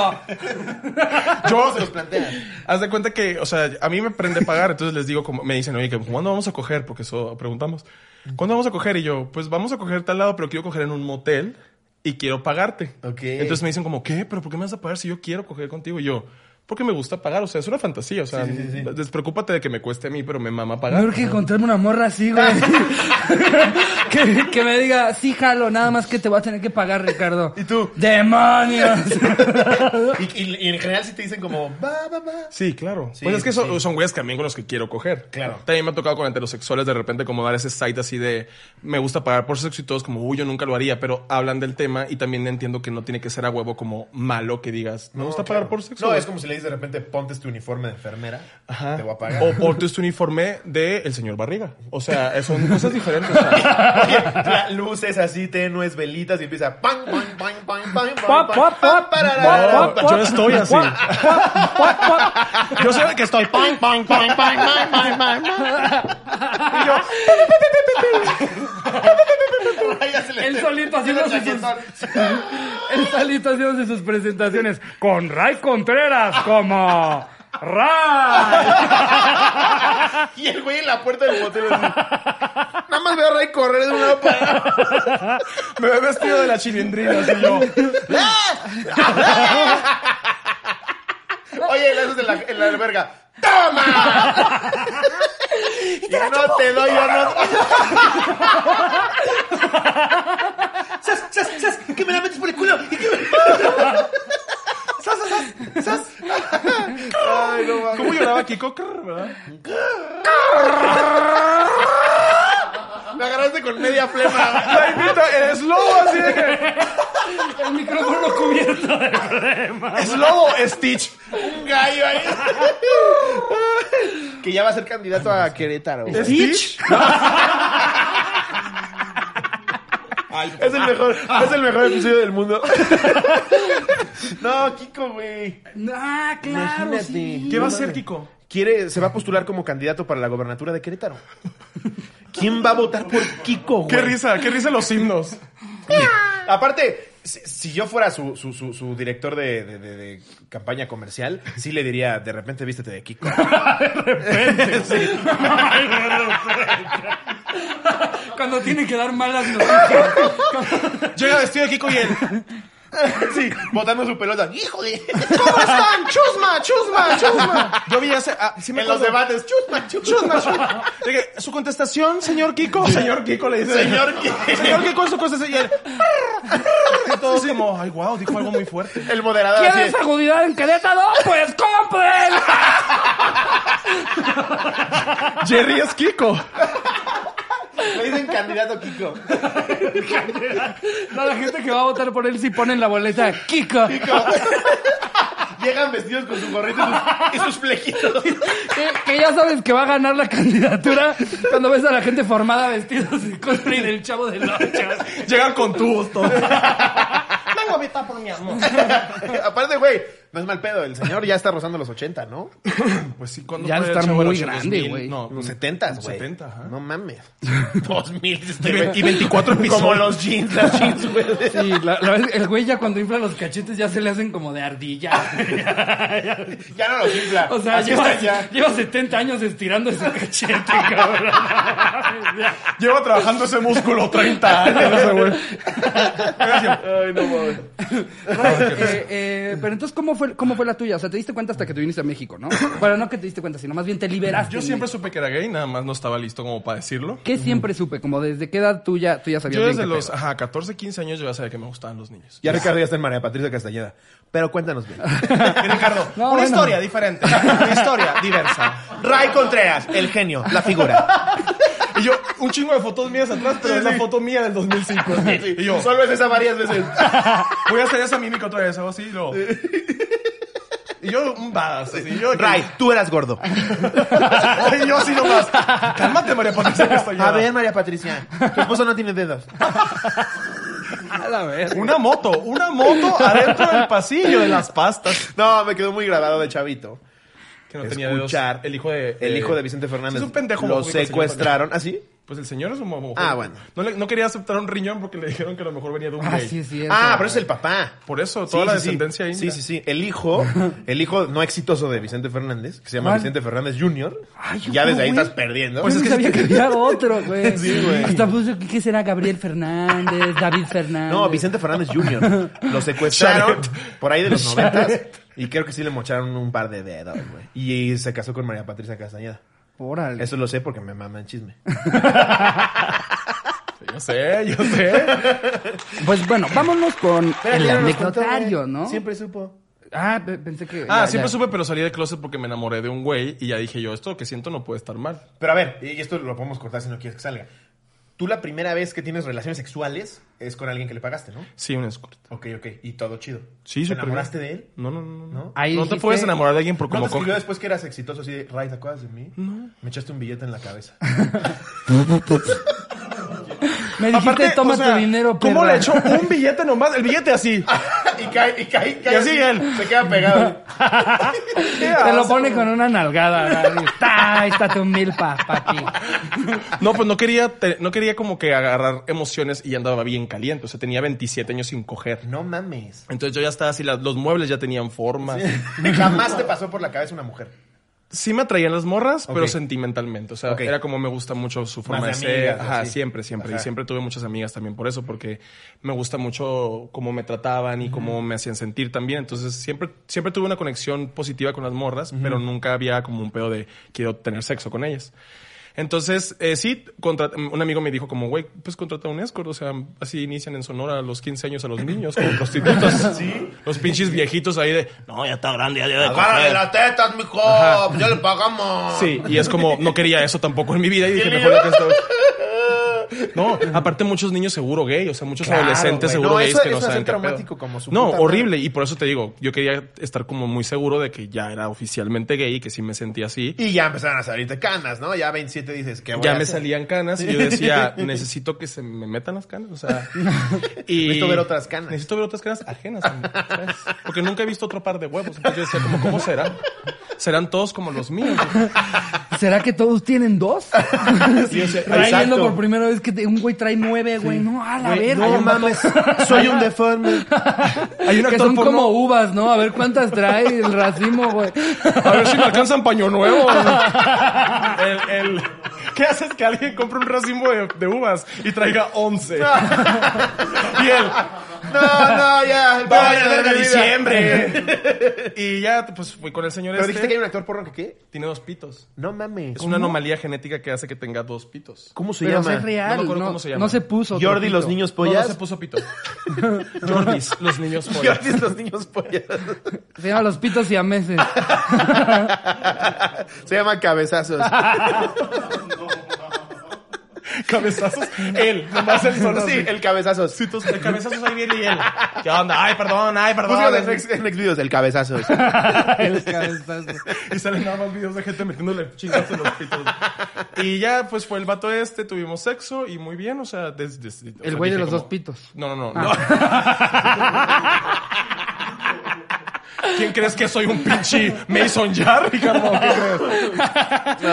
Speaker 2: Yo se los plantea.
Speaker 3: Haz de cuenta que, o sea, a mí me prende pagar, entonces les digo, como, me dicen, oye, que ¿cuándo vamos a coger? Porque eso preguntamos. ¿Cuándo vamos a coger? Y yo, pues vamos a coger tal lado, pero quiero coger en un motel y quiero pagarte.
Speaker 2: Ok.
Speaker 3: Entonces me dicen como, ¿qué? ¿Pero por qué me vas a pagar si yo quiero coger contigo? Y yo, porque me gusta pagar, o sea, es una fantasía, o sea, despreocúpate de que me cueste a mí, pero me mama
Speaker 1: Me
Speaker 3: pagar.
Speaker 1: urge encontrarme una morra así, güey. que, que me diga, sí, jalo, nada más que te voy a tener que pagar, Ricardo. ¿Y
Speaker 2: tú?
Speaker 1: ¡Demonios!
Speaker 2: Y, y- y en general sí te dicen como, va, va, va.
Speaker 3: Sí, claro. pues es que
Speaker 2: sí,
Speaker 3: son, son güeyes también con los que quiero coger.
Speaker 2: Claro.
Speaker 3: También me ha tocado con heterosexuales de repente como dar ese site así de me gusta pagar por sexo y todos como, uy, yo nunca lo haría, pero hablan del tema y también entiendo que no tiene que ser a huevo como malo que digas, me gusta pagar por sexo.
Speaker 2: No, es como si le dices de repente, ponte este uniforme de enfermera.
Speaker 3: Ajá.
Speaker 2: Te voy a pagar.
Speaker 3: O ponte este uniforme de el señor Barriga. O sea, son cosas diferentes. o sea.
Speaker 2: Oye, la luz es así, tenues, velitas y empieza. pam, pam, pam, pam, pam, pam,
Speaker 1: Pop, pop,
Speaker 2: pam,
Speaker 1: pop,
Speaker 2: pararara.
Speaker 1: pop, pop.
Speaker 3: yo estoy así. yo sé que estoy pan, pan, pan, pan, pan, pan, pan, pan. Y yo,
Speaker 2: Ay, ya se le-
Speaker 1: El solito haciéndose
Speaker 2: se le chaquetón.
Speaker 1: Él salito haciéndose sus presentaciones con Ray Contreras como... ¡Ray!
Speaker 2: Y el güey en la puerta del motel así. Nada más veo a Ray correr de un lado para otro.
Speaker 3: Me he vestido de la chilindrina, así yo.
Speaker 2: Oye, le haces en la, en la alberga. ¡Toma! Yo no te doy, yo no. ¡Sas, sas, sas! ¡Que me la metes por el culo! ¡Y que me- ¡Sas, sas, sas! ¡Sas! Ay, no mames.
Speaker 3: ¿Cómo lloraba Kiko? Crr, ¿verdad?
Speaker 2: Me agarraste con media flema.
Speaker 3: La invita, eres lobo, así de que.
Speaker 1: El micrófono cubierto de
Speaker 3: Es lobo, Stitch.
Speaker 2: Un gallo ahí. que ya va a ser candidato a Querétaro. güey.
Speaker 3: Stitch.
Speaker 2: Es el mejor, es el mejor episodio del mundo. no, Kiko, güey.
Speaker 1: Ah, claro, sí.
Speaker 3: ¿Qué va a hacer Kiko?
Speaker 2: Quiere, se va a postular como candidato para la gobernatura de Querétaro. ¿Quién va a votar por Kiko, güey?
Speaker 3: Qué risa, qué risa los himnos.
Speaker 2: Aparte, si, si yo fuera su, su, su, su director de, de- de- de campaña comercial, sí le diría, de repente vístete de Kiko.
Speaker 1: Cuando tiene que dar malas noticias.
Speaker 3: Llega vestido de Kiko y él.
Speaker 2: Sí, botando su pelota. ¡Hijo de!
Speaker 4: ¿Cómo están? Chusma, chusma, chusma.
Speaker 3: Yo vi hace. ah, sí me
Speaker 2: En los
Speaker 3: acuerdo.
Speaker 2: debates. ¡Chusma,
Speaker 3: Chusma,
Speaker 2: chusma!
Speaker 3: chusma. Dije, Su contestación, señor Kiko. Señor Kiko le dice.
Speaker 2: Señor que-
Speaker 3: Señor Kiko, su contestación. Y todos como, ay, wow, dijo algo muy fuerte.
Speaker 2: El moderador así.
Speaker 1: ¿Quieres agudidad en Querétaro? ¡Pues compren!
Speaker 3: Jerry es Kiko.
Speaker 2: Le dicen candidato Kiko.
Speaker 1: No, la gente que va a votar por él si ponen la boleta Kiko.
Speaker 2: Llegan vestidos con su gorrito y sus, y sus flequitos.
Speaker 1: Que, que ya sabes que va a ganar la candidatura cuando ves a la gente formada vestidos de cosplay del chavo del ocho.
Speaker 3: Llegan con tubos todos.
Speaker 4: Vengo a votar por mi amor.
Speaker 2: Aparte, güey, no es mal pedo. El señor ya está rozando los 80, ¿no?
Speaker 3: Pues sí, cuando
Speaker 1: Ya
Speaker 3: fue
Speaker 1: está
Speaker 3: el chavo del
Speaker 1: muy
Speaker 3: 8,
Speaker 1: grande,
Speaker 3: 2000,
Speaker 1: güey.
Speaker 3: No,
Speaker 2: Los 70, güey.
Speaker 3: 70, ajá.
Speaker 2: No mames. 2000. Este,
Speaker 3: Y ve-
Speaker 2: güey.
Speaker 3: y 24
Speaker 2: Como
Speaker 3: episodios.
Speaker 2: los jeans, las jeans, güey.
Speaker 1: Sí, la- la vez- el güey ya cuando infla los cachetes ya se le hacen como de ardilla.
Speaker 2: Ya no los infla.
Speaker 1: O sea,
Speaker 2: Así
Speaker 1: lleva,
Speaker 2: están ya.
Speaker 1: lleva 70 años estirando ese cachete, cabrón.
Speaker 3: Lleva trabajando ese músculo 30 años, ese güey.
Speaker 2: Ay, no mames.
Speaker 1: Eh, eh, pero entonces, ¿cómo fue, ¿cómo fue la tuya? O sea, te diste cuenta hasta que te viniste a México, ¿no? Bueno, no que te diste cuenta, sino más bien te liberaste.
Speaker 3: Yo
Speaker 1: en
Speaker 3: siempre
Speaker 1: México.
Speaker 3: supe que era gay, nada más no estaba listo como para decirlo.
Speaker 1: ¿Qué siempre supe? Como desde qué edad tú ya, tú ya sabías
Speaker 3: Yo
Speaker 1: bien
Speaker 3: desde
Speaker 1: qué
Speaker 3: los
Speaker 1: pedo?
Speaker 3: ajá, 14, 15 años yo ya sabía que me gustaban los niños.
Speaker 2: Ya Ricardo ya está en María Patricia Castañeda. Pero cuéntanos bien.
Speaker 4: Y Ricardo,
Speaker 1: No,
Speaker 4: una
Speaker 1: bueno.
Speaker 4: historia diferente. Una historia diversa.
Speaker 2: Ray Contreras, el genio, la figura.
Speaker 3: Y yo, un chingo de fotos mías atrás, pero es la foto mía del 2005. Y yo,
Speaker 2: Solo es Pues esa varias veces.
Speaker 3: voy a hacer esa mímica otra vez, hago así, y luego- Y yo, un badass, así. y yo,
Speaker 2: Ray, tú eras gordo.
Speaker 3: Y yo así nomás. Cálmate, María Patricia, que estoy
Speaker 2: A ver, María Patricia, tu esposo no tiene dedos.
Speaker 1: A la verga.
Speaker 3: Una moto, una moto adentro del pasillo de las pastas.
Speaker 2: No, me quedó muy grabado de chavito.
Speaker 3: Que no tenía dedos.
Speaker 2: Escuchar.
Speaker 3: El hijo de... eh,
Speaker 2: El
Speaker 3: de-
Speaker 2: hijo de eh, Vicente Fernández.
Speaker 3: Es un pendejo.
Speaker 2: Lo
Speaker 3: homofóbico, señor
Speaker 2: secuestraron. ¿Ah, sí?
Speaker 3: Fernández. Pues el señor es un homofóbico.
Speaker 2: Ah, bueno.
Speaker 3: No, le- no quería aceptar un riñón porque le dijeron que a lo mejor venía de un
Speaker 1: Ah,
Speaker 3: gay.
Speaker 1: sí, es cierto.
Speaker 2: Ah, pero es el papá.
Speaker 3: Por eso,
Speaker 2: Sí,
Speaker 3: toda la
Speaker 2: sí, sí.
Speaker 3: descendencia india.
Speaker 2: Sí, sí, sí. El hijo, el hijo no exitoso de Vicente Fernández, que se llama
Speaker 1: ¿Cuál?
Speaker 2: Vicente Fernández Jr.
Speaker 1: Ay, yo
Speaker 2: ya
Speaker 1: creo,
Speaker 2: desde ahí
Speaker 1: güey.
Speaker 2: estás perdiendo.
Speaker 1: Pues es
Speaker 3: Pues es
Speaker 1: que
Speaker 3: que
Speaker 1: sabía
Speaker 3: sí.
Speaker 1: que había otro, güey.
Speaker 2: Sí, güey.
Speaker 1: Hasta puso que será Gabriel Fernández, David Fernández.
Speaker 2: No, Vicente Fernández Jr. Lo secuestraron
Speaker 3: Sharon.
Speaker 2: por ahí de los noventas. Y creo que sí le mocharon un par de dedos, güey. Y se casó con María Patricia Castañeda.
Speaker 1: Órale.
Speaker 2: Eso lo sé porque me mama el chisme.
Speaker 3: Yo sé, yo sé.
Speaker 1: Pues bueno, vámonos con el
Speaker 2: ya no nos contó,
Speaker 1: anecdotario,
Speaker 2: güey.
Speaker 1: ¿no?
Speaker 2: Siempre supo.
Speaker 1: Ah, pe- pensé que.
Speaker 3: Ah,
Speaker 1: ya,
Speaker 3: siempre
Speaker 1: ya.
Speaker 3: supe, pero salí del closet porque me enamoré de un güey y ya dije yo, esto que siento no puede estar mal.
Speaker 2: Pero a ver, y esto lo podemos cortar si no quieres que salga. Tú la primera vez que tienes relaciones sexuales es con alguien que le pagaste, ¿no?
Speaker 3: Sí, un escort.
Speaker 2: Ok, ok. Y todo chido.
Speaker 3: Sí,
Speaker 2: ¿Te
Speaker 3: súper
Speaker 2: enamoraste
Speaker 3: bien.
Speaker 2: de él?
Speaker 3: No, no, no.
Speaker 2: ¿No?
Speaker 3: No,
Speaker 1: Ahí
Speaker 3: no te
Speaker 1: dijiste-
Speaker 3: puedes enamorar de alguien por
Speaker 2: ¿No te
Speaker 3: cómo
Speaker 2: escribió
Speaker 3: coge.
Speaker 2: después que eras exitoso así de, Ray, ¿te acuerdas de mí? Me echaste un billete en la cabeza.
Speaker 1: Me dijiste, toma
Speaker 3: o sea,
Speaker 1: tu dinero, perra.
Speaker 3: ¿Cómo le echó un billete nomás? El billete así.
Speaker 2: y cae, y cae, cae.
Speaker 3: Y así él.
Speaker 2: Se queda pegado.
Speaker 1: Te lo pone con una nalgada. así, "Ta, Ahí está tu milpa, papi.
Speaker 3: No, pues no quería, te- no quería como que agarrar emociones y andaba bien caliente. O sea, tenía 27 años sin coger.
Speaker 2: No mames.
Speaker 3: Entonces yo ya estaba así, las- los muebles ya tenían forma. Sí.
Speaker 2: Jamás te pasó por la cabeza una mujer.
Speaker 3: me atraían las morras, pero
Speaker 2: Ok.
Speaker 3: sentimentalmente. O sea,
Speaker 2: Ok.
Speaker 3: era como me gusta mucho su forma
Speaker 2: Más
Speaker 3: de,
Speaker 2: de amigas,
Speaker 3: ser. Ajá,
Speaker 2: así.
Speaker 3: siempre, siempre.
Speaker 2: Ajá.
Speaker 3: Y siempre tuve muchas amigas también por eso, porque me gusta mucho cómo me trataban y cómo me hacían sentir también. Entonces siempre, siempre tuve una conexión positiva con las morras, pero nunca había como un pedo de quiero tener sexo con ellas. Entonces, eh, sí, contra- un amigo me dijo como, güey, pues contrata un escort, o sea, así inician en Sonora a los 15 años a los niños como prostitutas. Los pinches viejitos ahí de, no, ya está grande, ya debe de coger".
Speaker 2: tetas, mijo. Ya le pagamos.
Speaker 3: Sí, y es como, no quería eso tampoco en mi vida y dije, mejor lo que esto. No, aparte muchos niños seguro gay, o sea, muchos
Speaker 2: Claro,
Speaker 3: adolescentes
Speaker 2: güey.
Speaker 3: seguro
Speaker 2: No,
Speaker 3: gays
Speaker 2: eso-
Speaker 3: que no
Speaker 2: eso hace
Speaker 3: saben qué
Speaker 2: traumático
Speaker 3: pedo.
Speaker 2: como su
Speaker 3: No,
Speaker 2: puta madre.
Speaker 3: horrible, y por eso te digo, yo quería estar como muy seguro de que ya era oficialmente gay y que sí me sentía así.
Speaker 2: Y ya empezaron a salirte canas, ¿no? Ya 27 dices, ¿qué voy
Speaker 3: Ya
Speaker 2: a
Speaker 3: me
Speaker 2: hacer?
Speaker 3: salían canas y yo decía, necesito que se me metan las canas, o sea, y
Speaker 2: Necesito ver otras canas.
Speaker 3: Necesito ver otras canas ajenas, también, ¿sabes? porque nunca he visto otro par de huevos. Entonces yo decía, como, ¿cómo será? Serán todos como los míos.
Speaker 1: ¿Será que todos tienen dos?
Speaker 3: Y yo decía,
Speaker 1: Trae viendo
Speaker 3: "Exacto".
Speaker 1: por primera vez que te- un güey trae nueve, güey. No, a la verga.
Speaker 2: No mames, soy un deforme.
Speaker 3: Hay un
Speaker 1: que
Speaker 3: actor
Speaker 1: son
Speaker 3: porno-
Speaker 1: como uvas, ¿no? A ver cuántas trae el racimo, güey.
Speaker 3: A ver si me alcanzan paño nuevo. El, el- ¿Qué haces que alguien compre un racimo de, de uvas y traiga 11? y él,
Speaker 2: no, ya. El
Speaker 3: Va a
Speaker 2: peor año
Speaker 3: llegar
Speaker 2: de
Speaker 3: a
Speaker 2: mi vida.
Speaker 3: diciembre. y ya, pues fui con el señor
Speaker 2: Pero
Speaker 3: este.
Speaker 2: dijiste que hay un actor porno que qué?
Speaker 3: Tiene dos pitos.
Speaker 2: No mames.
Speaker 3: Es una anomalía genética que hace que tenga dos pitos.
Speaker 2: ¿Cómo se
Speaker 1: Pero o sea,
Speaker 2: llama?
Speaker 1: es real.
Speaker 3: No me acuerdo
Speaker 1: no,
Speaker 3: cómo se llama.
Speaker 1: no se puso. otro
Speaker 2: Jordi, los
Speaker 1: pito.
Speaker 2: niños
Speaker 3: No, no
Speaker 2: pollas.
Speaker 3: se puso pito. Jordis, los niños pollas.
Speaker 2: Jordi, los niños pollas.
Speaker 1: Se llama los pitos y a meses.
Speaker 2: se llama cabezazos.
Speaker 3: Cabezazos. Él, nomás él solo.
Speaker 2: sí,
Speaker 3: Sí,
Speaker 2: el cabezazos.
Speaker 3: el cabezazos ahí viene y él. ¿Qué onda? Ay, perdón, ay,
Speaker 2: Búscalo
Speaker 3: perdón.
Speaker 2: en Next- en Xvideos, el cabezazos.
Speaker 1: El cabezazo.
Speaker 3: Y salen nada más videos de gente metiéndole chingados en los pitos. Y ya, pues fue el vato este, tuvimos sexo y muy bien, o sea, des- des- o
Speaker 1: El
Speaker 3: sea,
Speaker 1: güey de
Speaker 3: dije
Speaker 1: los
Speaker 3: como-
Speaker 1: dos pitos. Ah.
Speaker 3: No, no, no. no. ¿Quién crees que soy un pinche Mason Jar, Ricardo? ¿Qué crees?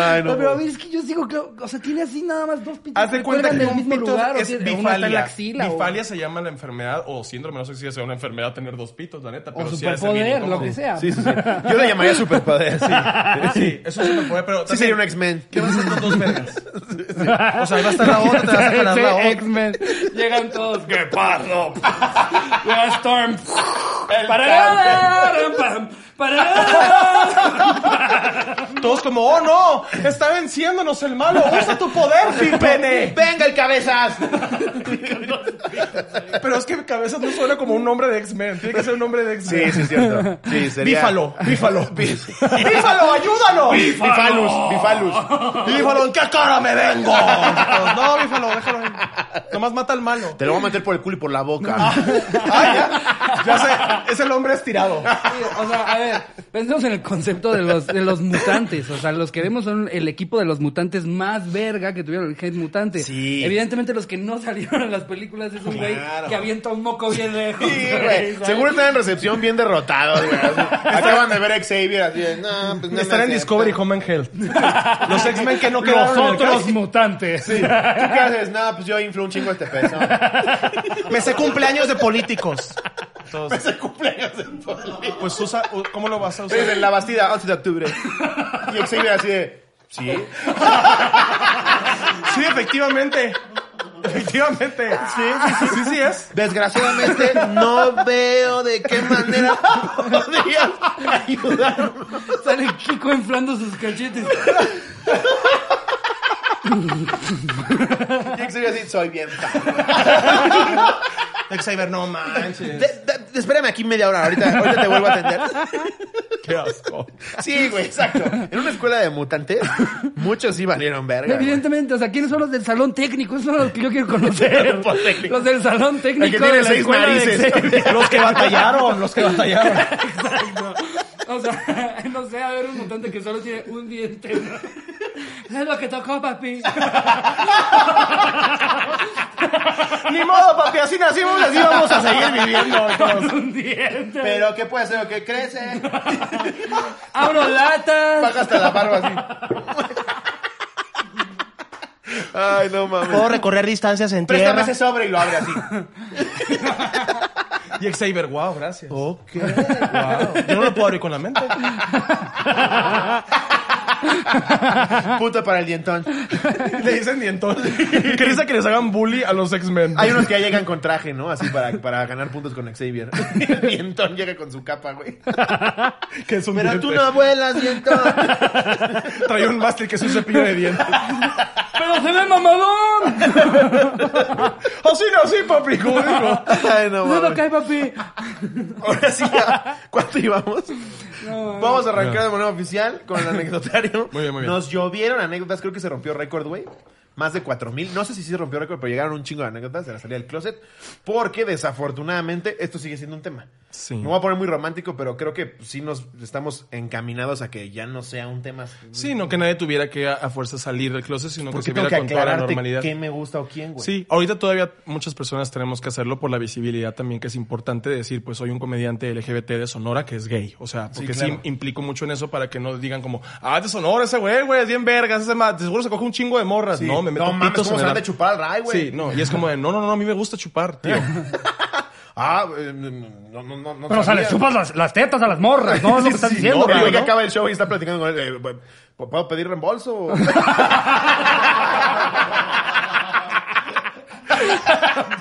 Speaker 2: Ay, no.
Speaker 1: No, pero a ver, es que yo sigo, claro, o sea, tiene así nada más dos pitos.
Speaker 3: Haz de cuenta que
Speaker 1: en el
Speaker 3: un
Speaker 1: mismo
Speaker 3: pito
Speaker 1: lugar, o
Speaker 3: es
Speaker 1: tiene- uno está
Speaker 3: bifalia.
Speaker 1: en la axila. o-
Speaker 3: bifalia se llama la enfermedad, o síndrome, no sé si es una enfermedad tener dos pitos, la neta.
Speaker 1: O,
Speaker 3: Pero sí ha de ser bien
Speaker 1: superpoder,
Speaker 3: incómodo.
Speaker 1: lo que sea.
Speaker 2: Sí, sí, sí. Yo le llamaría superpoder, sí.
Speaker 3: Sí, eso es un superpoder, pero
Speaker 2: Sí
Speaker 3: también-
Speaker 2: sería un X-Men.
Speaker 3: ¿Qué van a hacer con dos vergas? eh, O sea, ahí va a estar la otra, te vas a jalar la
Speaker 1: Sí,
Speaker 3: otra.
Speaker 1: X-Men. Llegan todos. ¡Qué pardo! Llega Storm. Para
Speaker 3: Todos como, oh no, está venciéndonos el malo, usa tu poder, Pipene.
Speaker 2: ¡Venga el cabezas!
Speaker 3: Pero es que cabezas no suena como un nombre de X-Men, tiene que ser un nombre de X-Men.
Speaker 2: Sí, sí, es cierto. Sí, sería...
Speaker 3: Bífalo, bífalo.
Speaker 2: Bífalo.
Speaker 3: ¡Bífalo, ayúdanos!
Speaker 2: Bifalus, bifalus.
Speaker 3: ¡Bífalo, ¿en qué cara me vengo? Pues, no, bífalo, déjalo ahí. Nomás mata al malo.
Speaker 2: Te lo voy a meter por el culo y por la boca.
Speaker 3: Ah, ya. Ya sé, es el hombre estirado.
Speaker 1: O sea, a ver, pensemos en el concepto de los, de los mutantes. O sea, los que vemos son el equipo de los mutantes más verga que tuvieron el Head Mutante.
Speaker 2: Sí.
Speaker 1: Evidentemente, los que no salieron en las películas es un güey que avienta un moco bien lejos.
Speaker 2: Sí,
Speaker 1: güey,
Speaker 2: güey.
Speaker 1: ¿sabes?
Speaker 2: Seguro están en recepción bien derrotados, güey. Así, Acaban de ver a Xavier así de, no, pues no me
Speaker 3: Están
Speaker 2: acepta".
Speaker 3: en Discovery Home and Health. Los X-Men que no quedaron en el
Speaker 1: Nosotros mutantes.
Speaker 2: Sí. ¿Tú qué haces? No, pues yo influo un chingo este peso.
Speaker 3: cast. Me sé cumpleaños de políticos. Entonces,
Speaker 2: Ese cumpleaños de Poli.
Speaker 3: pues usa, ¿cómo lo vas a usar?
Speaker 2: Desde la Bastida, 11 de octubre. Y Xavier así de, sí.
Speaker 3: Sí, efectivamente. Efectivamente. Sí, sí, sí, sí es.
Speaker 2: Desgraciadamente no veo de qué manera podrías ayudarme.
Speaker 1: Sale Kiko inflando sus cachetes.
Speaker 2: Y Xavier así, soy bien. padre".
Speaker 3: Xavier, no manches.
Speaker 2: De- de- espérame aquí media hora, ahorita, ahorita te vuelvo a atender.
Speaker 3: Qué asco.
Speaker 2: Sí, güey, exacto. En una escuela de mutantes, muchos sí valieron verga. güey.
Speaker 1: Evidentemente, o sea, ¿quiénes son los del salón técnico? Esos son los que yo quiero conocer.
Speaker 2: Por técnico.
Speaker 1: los del salón técnico.
Speaker 2: El que tiene
Speaker 1: de la
Speaker 2: seis
Speaker 1: escuela de
Speaker 2: narices.
Speaker 1: Excel.
Speaker 3: Los que batallaron, los que batallaron.
Speaker 1: Exacto. O sea, no sé, a ver un mutante que solo tiene un diente. ¿no? Es lo que tocó, papi.
Speaker 3: Ni modo, papi, así nacimos, así vamos a seguir viviendo.
Speaker 1: Es un diente.
Speaker 2: Pero, ¿qué puede ser? ¿O ¿Qué crece?
Speaker 1: Abro latas.
Speaker 2: Baja hasta la barba así. Ay, no mames.
Speaker 4: Puedo recorrer distancias en
Speaker 2: Préstame
Speaker 4: tierra.
Speaker 2: ese sobre y lo abre así.
Speaker 3: Y Xavier, wow, gracias.
Speaker 2: Ok.
Speaker 3: Wow. Yo no lo puedo abrir con la mente.
Speaker 2: Puta para el dientón.
Speaker 3: Le dicen dientón. Qué risa que les hagan bully a los X-Men.
Speaker 2: Hay unos que ya llegan con traje, ¿no? Así para, para ganar puntos con Xavier. El dientón llega con su capa, güey.
Speaker 3: Que es un
Speaker 2: Pero
Speaker 3: diente.
Speaker 2: tú no vuelas, dientón.
Speaker 3: Trae un mástil que es un cepillo de dientes.
Speaker 1: Pero se ve mamadón.
Speaker 3: Así no, así, papi, como dijo.
Speaker 2: Ay, no
Speaker 1: Eso es lo que
Speaker 2: mames.
Speaker 1: hay, papi.
Speaker 2: Ahora sí ya. ¿Cuánto llevamos?
Speaker 1: No,
Speaker 2: Vamos a arrancar de manera oficial con el anecdotario.
Speaker 3: Muy bien, muy bien.
Speaker 2: Nos llovieron anécdotas, creo que se rompió récord, güey. Más de 4000. No sé si sí se rompió récord, pero llegaron un chingo de anécdotas de la salida del closet. Porque desafortunadamente esto sigue siendo un tema.
Speaker 3: Sí.
Speaker 2: Me voy a poner muy romántico, pero creo que sí nos estamos encaminados a que ya no sea un tema.
Speaker 3: Sí, no que nadie tuviera que a, a fuerza salir del closet, sino que
Speaker 2: Porque
Speaker 3: se
Speaker 2: tengo
Speaker 3: viera
Speaker 2: que
Speaker 3: con toda la
Speaker 2: aclararte
Speaker 3: normalidad.
Speaker 2: qué me gusta o quién, güey.
Speaker 3: Sí, ahorita todavía muchas personas tenemos que hacerlo por la visibilidad también, que es importante decir, pues soy un comediante LGBT de Sonora que es gay. O sea, porque sí,
Speaker 2: claro.
Speaker 3: implico mucho en eso para que no digan como, ah, es de Sonora ese güey, güey, es bien vergas, ese ma- de seguro se coge un chingo de morras.
Speaker 2: Sí.
Speaker 3: No, me meto
Speaker 2: No mames,
Speaker 3: pitos
Speaker 2: ¿cómo
Speaker 3: en
Speaker 2: se
Speaker 3: el
Speaker 2: van de
Speaker 3: ar-
Speaker 2: chupar al ray, güey?
Speaker 3: Sí, no, y es como de, no, no, no, a mí me gusta chupar, tío.
Speaker 2: Ah, eh, no, no, no, no.
Speaker 1: Pero o sea,
Speaker 2: sabía.
Speaker 1: les chupas las, las tetas a las morras, ¿no? Es lo que estás diciendo,
Speaker 2: Pues No, pero el
Speaker 1: güey,
Speaker 2: güey que
Speaker 1: ¿no?
Speaker 2: acaba el show y está platicando con él. eh, bueno, ¿Puedo pedir reembolso?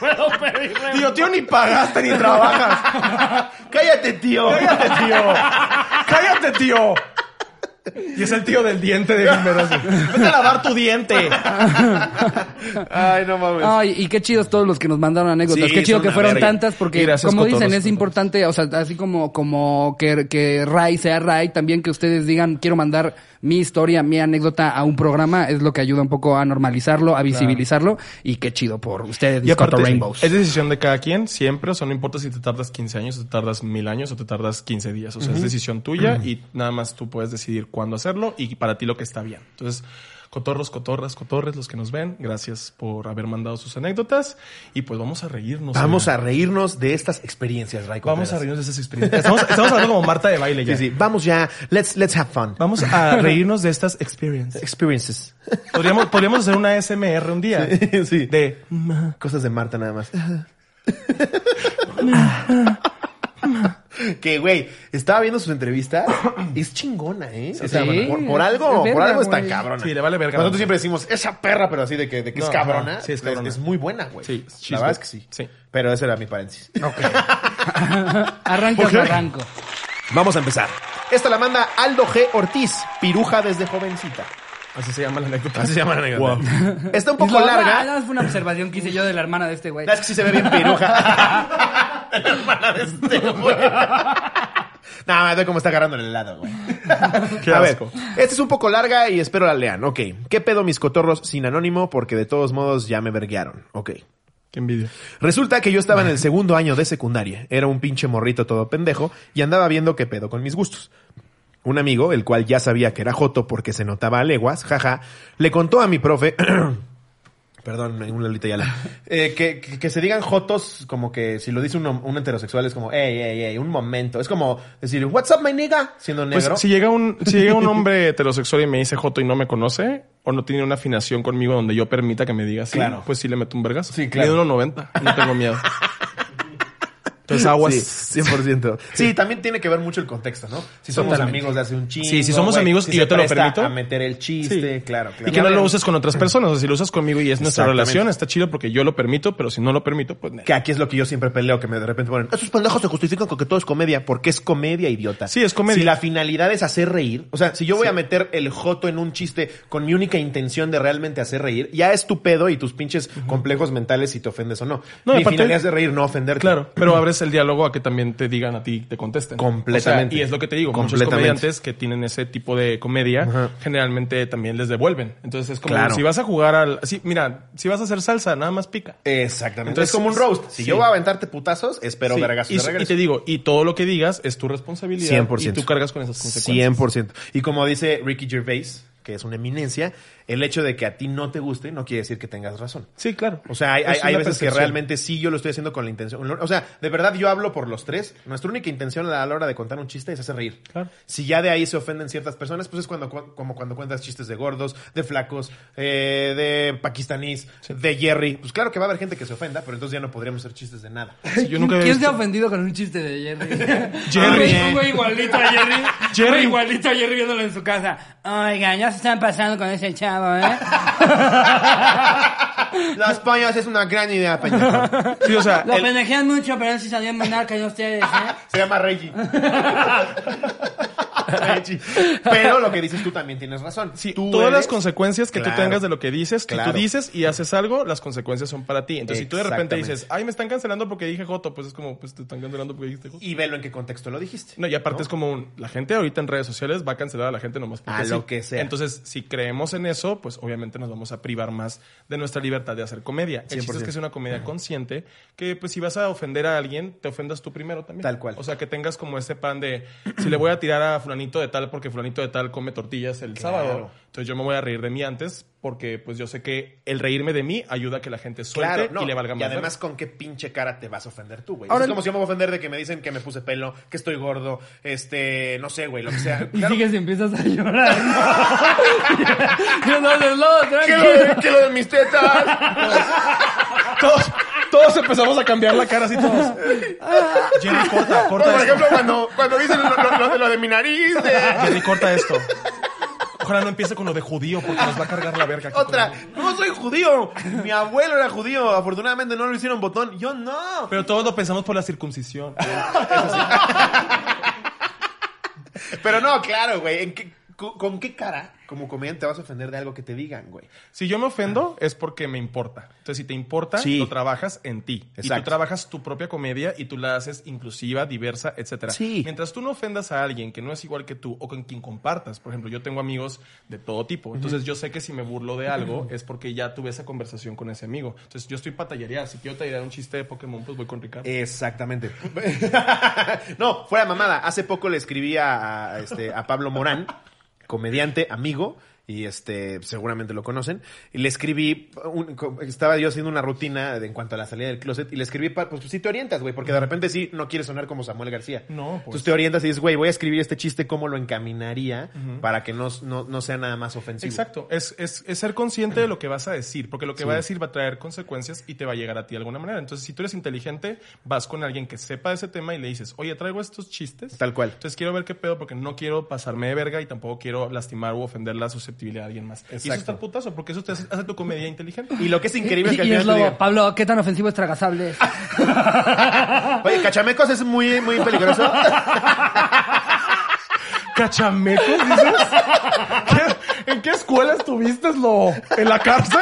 Speaker 2: Puedo pedirle.
Speaker 3: Tío, tío, ni pagaste ni trabajas.
Speaker 2: Cállate, tío.
Speaker 3: Cállate, tío. Cállate, tío. Y es el tío del diente de Gilberto. así. Vete a lavar tu diente.
Speaker 2: Ay, no mames.
Speaker 1: Ay, y qué chidos todos los que nos mandaron anécdotas.
Speaker 2: Pues, Sí,
Speaker 1: qué chido
Speaker 2: son
Speaker 1: que
Speaker 2: una
Speaker 1: fueron
Speaker 2: verga.
Speaker 1: tantas, porque
Speaker 3: Y gracias,
Speaker 1: como
Speaker 3: cotorros,
Speaker 1: dicen, es
Speaker 3: cotorros.
Speaker 1: importante, o sea, así como, como que, que Ray sea Ray, también que ustedes digan, quiero mandar mi historia, mi anécdota a un programa, es lo que ayuda un poco a normalizarlo, a visibilizarlo, y qué chido por ustedes,
Speaker 3: Y
Speaker 1: mis
Speaker 3: aparte,
Speaker 1: Rainbows.
Speaker 3: es decisión de cada quien, siempre. O sea, no importa si te tardas 15 años, o te tardas mil años, o te tardas 15 días. O sea, es decisión tuya y nada más tú puedes decidir cuándo hacerlo y para ti lo que está bien. Entonces, cotorros, cotorras, cotorres, los que nos ven, gracias por haber mandado sus anécdotas. Y pues vamos a reírnos.
Speaker 2: Vamos
Speaker 3: oigan.
Speaker 2: a reírnos de estas experiencias, Ray.
Speaker 3: Vamos a
Speaker 2: Contreras.
Speaker 3: reírnos de esas experiencias. Estamos, estamos hablando como Marta de baile ya.
Speaker 2: Sí, sí. Vamos ya. Let's, let's have fun.
Speaker 3: Vamos a reírnos de estas experiencias.
Speaker 2: Experiences.
Speaker 3: Podríamos, podríamos hacer una SMR un día.
Speaker 2: Sí, sí.
Speaker 3: De
Speaker 2: Cosas de Marta nada más. que, güey, estaba viendo sus entrevistas. Es chingona, ¿eh? o sea,
Speaker 1: sí.
Speaker 2: bueno, por, por
Speaker 1: Es
Speaker 2: algo, por
Speaker 1: verga,
Speaker 2: algo es tan
Speaker 1: güey.
Speaker 2: cabrona.
Speaker 3: Sí, le vale verga.
Speaker 2: Nosotros siempre decimos, esa perra, pero así de que, de que
Speaker 3: No,
Speaker 2: es
Speaker 3: ajá.
Speaker 2: cabrona.
Speaker 3: Sí, es
Speaker 2: es
Speaker 3: cabrona.
Speaker 2: Es, muy buena, güey.
Speaker 3: Sí, she's
Speaker 2: la verdad
Speaker 3: good.
Speaker 2: es que sí.
Speaker 3: Sí.
Speaker 2: Pero ese era mi paréntesis.
Speaker 1: Arrancas,
Speaker 2: Porque-
Speaker 1: arranco.
Speaker 2: Vamos a empezar. Esta la manda Aldo G. Ortiz, piruja desde jovencita.
Speaker 3: Así se llama la anécdota.
Speaker 2: Así se llama la anécdota.
Speaker 3: Wow.
Speaker 2: Está un
Speaker 1: Y
Speaker 2: poco
Speaker 1: lo-
Speaker 2: larga.
Speaker 1: Ah, no, fue una observación que hice yo de la hermana de este güey.
Speaker 2: Es que sí se ve bien piruja. La hermana de este, güey. No, me ve cómo está agarrando el helado, güey.
Speaker 3: Qué
Speaker 2: a
Speaker 3: asco.
Speaker 2: ver, esta es un poco larga y espero la lean. Ok. ¿Qué pedo mis cotorros sin anónimo? Porque de todos modos ya me verguearon. Ok.
Speaker 3: Qué envidia.
Speaker 2: Resulta que yo estaba en el segundo año de secundaria. Era un pinche morrito todo pendejo y andaba viendo qué pedo con mis gustos. Un amigo, el cual ya sabía que era joto porque se notaba a leguas, jaja, le contó a mi profe... Perdón, un Lolita Yala. Eh, que, que, que se digan jotos, como que si lo dice un, hom- un heterosexual es como, ey, ey, ey, un momento. Es como decir, what's up, my nigga? Siendo
Speaker 3: Pues
Speaker 2: negro.
Speaker 3: si llega un, si llega un hombre heterosexual y me dice Joto y no me conoce, o no tiene una afinación conmigo donde yo permita que me diga sí,
Speaker 2: Claro.
Speaker 3: pues sí le meto un vergazo.
Speaker 2: Sí, claro.
Speaker 3: Mido 1.90, no tengo miedo. Entonces aguas.
Speaker 2: Sí, 100%. Sí, también tiene que ver mucho el contexto, ¿no? Si somos
Speaker 3: Totalmente.
Speaker 2: amigos de hace un chingo.
Speaker 3: Sí, si somos
Speaker 2: güey,
Speaker 3: amigos
Speaker 2: si
Speaker 3: y
Speaker 2: se
Speaker 3: yo te lo
Speaker 2: presta
Speaker 3: permito.
Speaker 2: A meter el chiste,
Speaker 3: Sí.
Speaker 2: claro, claro.
Speaker 3: Y que no lo
Speaker 2: Obviamente.
Speaker 3: uses con otras personas. O sea, si lo usas conmigo y es nuestra
Speaker 2: Exactamente.
Speaker 3: relación, está chido porque yo lo permito, pero si no lo permito, pues nada.
Speaker 2: Que aquí es lo que yo siempre peleo, que me de repente ponen, esos pendejos se justifican con que todo es comedia, porque es comedia, idiota.
Speaker 3: Sí, es comedia.
Speaker 2: Si la finalidad es hacer reír, o sea, si yo voy a meter el joto en un chiste con mi única intención de realmente hacer reír, ya es tu pedo y tus pinches complejos mentales si te ofendes o no.
Speaker 3: No,
Speaker 2: mi
Speaker 3: aparte-
Speaker 2: finalidad es de reír, no ofenderte.
Speaker 3: Claro, pero abres el diálogo a que también te digan a ti, te contesten.
Speaker 2: Completamente.
Speaker 3: O sea, y es lo que te digo, muchos
Speaker 2: Completamente.
Speaker 3: comediantes que tienen ese tipo de comedia,
Speaker 2: Ajá.
Speaker 3: generalmente también les devuelven. Entonces es como,
Speaker 2: Claro.
Speaker 3: si vas a jugar al... Sí, mira, si vas a hacer salsa, nada más pica.
Speaker 2: Exactamente.
Speaker 3: Entonces,
Speaker 2: es como un roast. Si
Speaker 3: sí.
Speaker 2: yo voy a aventarte putazos, espero
Speaker 3: Sí,
Speaker 2: vergazos
Speaker 3: y,
Speaker 2: de
Speaker 3: y
Speaker 2: regreso.
Speaker 3: te digo, y todo lo que digas es tu responsabilidad
Speaker 2: 100%.
Speaker 3: y tú cargas con esas consecuencias.
Speaker 2: 100%. Y como dice Ricky Gervais, que es una eminencia, el hecho de que a ti no te guste no quiere decir que tengas razón.
Speaker 3: Sí, claro.
Speaker 2: O sea, hay, hay-
Speaker 3: Es
Speaker 2: hay
Speaker 3: una
Speaker 2: veces que
Speaker 3: percepción.
Speaker 2: realmente sí yo lo estoy haciendo con la intención. O sea, de verdad yo hablo por los tres. Nuestra única intención a la hora de contar un chiste es hacer reír.
Speaker 3: Claro.
Speaker 2: Si ya de ahí se ofenden ciertas personas, pues es cuando cu- como cuando cuentas chistes de gordos, de flacos, eh, de pakistaníes, de Jerry. Pues claro que va a haber gente que se ofenda, pero entonces ya no podríamos hacer chistes de nada.
Speaker 3: Sí, yo nunca había
Speaker 1: ¿Quién se ha
Speaker 3: visto-
Speaker 1: ofendido con un chiste de Jerry?
Speaker 3: Jerry. eh.
Speaker 1: Un güey- Un güey igualito a Jerry.
Speaker 3: Jerry.
Speaker 1: Un güey igualito a Jerry viéndolo en su casa. Oiga, ya se están pasando con ese chavo, ¿eh?
Speaker 2: Las pañas es una gran idea, pendejo.
Speaker 3: Sí, o sea,
Speaker 1: Lo
Speaker 3: el-
Speaker 1: pendejean mucho, pero él sí salió monarca y ustedes, ¿eh?
Speaker 2: Se llama Reggie. Reggie. Pero lo que dices tú también tienes razón.
Speaker 3: Sí,
Speaker 2: Tú
Speaker 3: todas
Speaker 2: eres-
Speaker 3: las consecuencias que
Speaker 2: Claro.
Speaker 3: tú tengas de lo que dices, que
Speaker 2: Claro.
Speaker 3: tú dices y haces algo, las consecuencias son para ti. Entonces, si tú de repente
Speaker 2: Exactamente.
Speaker 3: dices, ay, me están cancelando porque dije Joto, pues es como, pues te están cancelando porque dijiste Joto.
Speaker 2: Y velo en qué contexto lo dijiste.
Speaker 3: No, y aparte es como un, la gente ahorita en redes sociales va a cancelar a la gente nomás porque
Speaker 2: A
Speaker 3: sí.
Speaker 2: lo que sea.
Speaker 3: Entonces, si creemos en eso, pues obviamente nos vamos a privar más de nuestra libertad de hacer comedia. El chiste es
Speaker 2: 100%.
Speaker 3: que sea una comedia consciente, que pues si vas a ofender a alguien, te ofendas tú primero también.
Speaker 2: Tal cual.
Speaker 3: O sea, que tengas como ese pan de, si le voy a tirar a fulanito de tal porque fulanito de tal come tortillas el
Speaker 2: Claro.
Speaker 3: sábado, entonces yo me voy a reír de mí antes porque pues yo sé que el reírme de mí ayuda a que la gente suelte
Speaker 2: Claro, no.
Speaker 3: y le valga
Speaker 2: y
Speaker 3: más.
Speaker 2: además, ¿con qué pinche cara te vas a ofender tú, güey?
Speaker 1: Ahora-
Speaker 2: es como si yo me voy a ofender de que me dicen que me puse pelo, que estoy gordo, este, no sé, güey, lo que sea.
Speaker 1: Y
Speaker 2: Claro,
Speaker 1: sigues y empiezas a llorar. Y entonces, no,
Speaker 2: que lo de-
Speaker 1: tranquilo.
Speaker 2: que lo de mis tetas.
Speaker 3: todos, todos empezamos a cambiar la cara así todos. Jerry, corta,
Speaker 2: Por
Speaker 3: corta esto.
Speaker 2: ejemplo, cuando, cuando dicen lo, lo- lo de, lo de mi nariz. de-
Speaker 3: Jerry, corta esto. Ojalá no empiece con lo de judío porque nos va a cargar la verga. aquí
Speaker 2: Otra,
Speaker 3: todo.
Speaker 2: no soy judío. Mi abuelo era judío. Afortunadamente no lo hicieron botón. Yo no.
Speaker 3: Pero todos lo pensamos por la circuncisión.
Speaker 2: Pero no, claro, güey. ¿en qué- co- ¿Con qué cara como comediante te vas a ofender de algo que te digan, güey?
Speaker 3: Si yo me ofendo es porque me importa. Entonces, si te importa,
Speaker 2: Sí.
Speaker 3: lo trabajas en ti. Y tú
Speaker 2: Exacto.
Speaker 3: trabajas tu propia comedia y tú la haces inclusiva, diversa, etcétera.
Speaker 2: Sí.
Speaker 3: Mientras tú no ofendas a alguien que no es igual que tú o con quien compartas. Por ejemplo, yo tengo amigos de todo tipo. Entonces, yo sé que si me burlo de algo es porque ya tuve esa conversación con ese amigo. Entonces, yo estoy para tallerear. Si quiero tallerear un chiste de Pokémon, pues voy con Ricardo.
Speaker 2: Exactamente. no, fuera mamada. Hace poco le escribí a, a, este, a Pablo Morán, comediante, amigo, y este, seguramente lo conocen. Y le escribí, un- co- estaba yo haciendo una rutina de- en cuanto a la salida del closet, y le escribí, pa- pues sí te orientas, güey, porque de repente sí no quieres sonar como Samuel García.
Speaker 3: No, pues.
Speaker 2: Entonces te orientas y dices, güey, voy a escribir este chiste, ¿cómo lo encaminaría para que no, no, no sea nada más ofensivo?
Speaker 3: Exacto, es, es, es ser consciente de lo que vas a decir, porque lo que va a decir va a traer consecuencias y te va a llegar a ti de alguna manera. Entonces, si tú eres inteligente, vas con alguien que sepa de ese tema y le dices, oye, traigo estos chistes.
Speaker 2: Tal cual.
Speaker 3: Entonces, quiero ver qué pedo, porque no quiero pasarme de verga y tampoco quiero lastimar u ofender la susceptibilidad de alguien más. Y eso
Speaker 2: Exacto.
Speaker 3: está el putazo, porque eso te hace, hace tu comedia inteligente.
Speaker 2: Y lo que es increíble es que
Speaker 1: Y,
Speaker 2: al
Speaker 1: y
Speaker 2: final
Speaker 1: es
Speaker 2: te
Speaker 1: lobo.
Speaker 2: digan,
Speaker 1: Pablo, ¿qué tan ofensivo es tragasable?
Speaker 2: Oye, cachamecos es muy, muy peligroso.
Speaker 3: ¿Cachamecos dices? ¿Qué- ¿En qué escuela estuviste, lo ¿En la cárcel?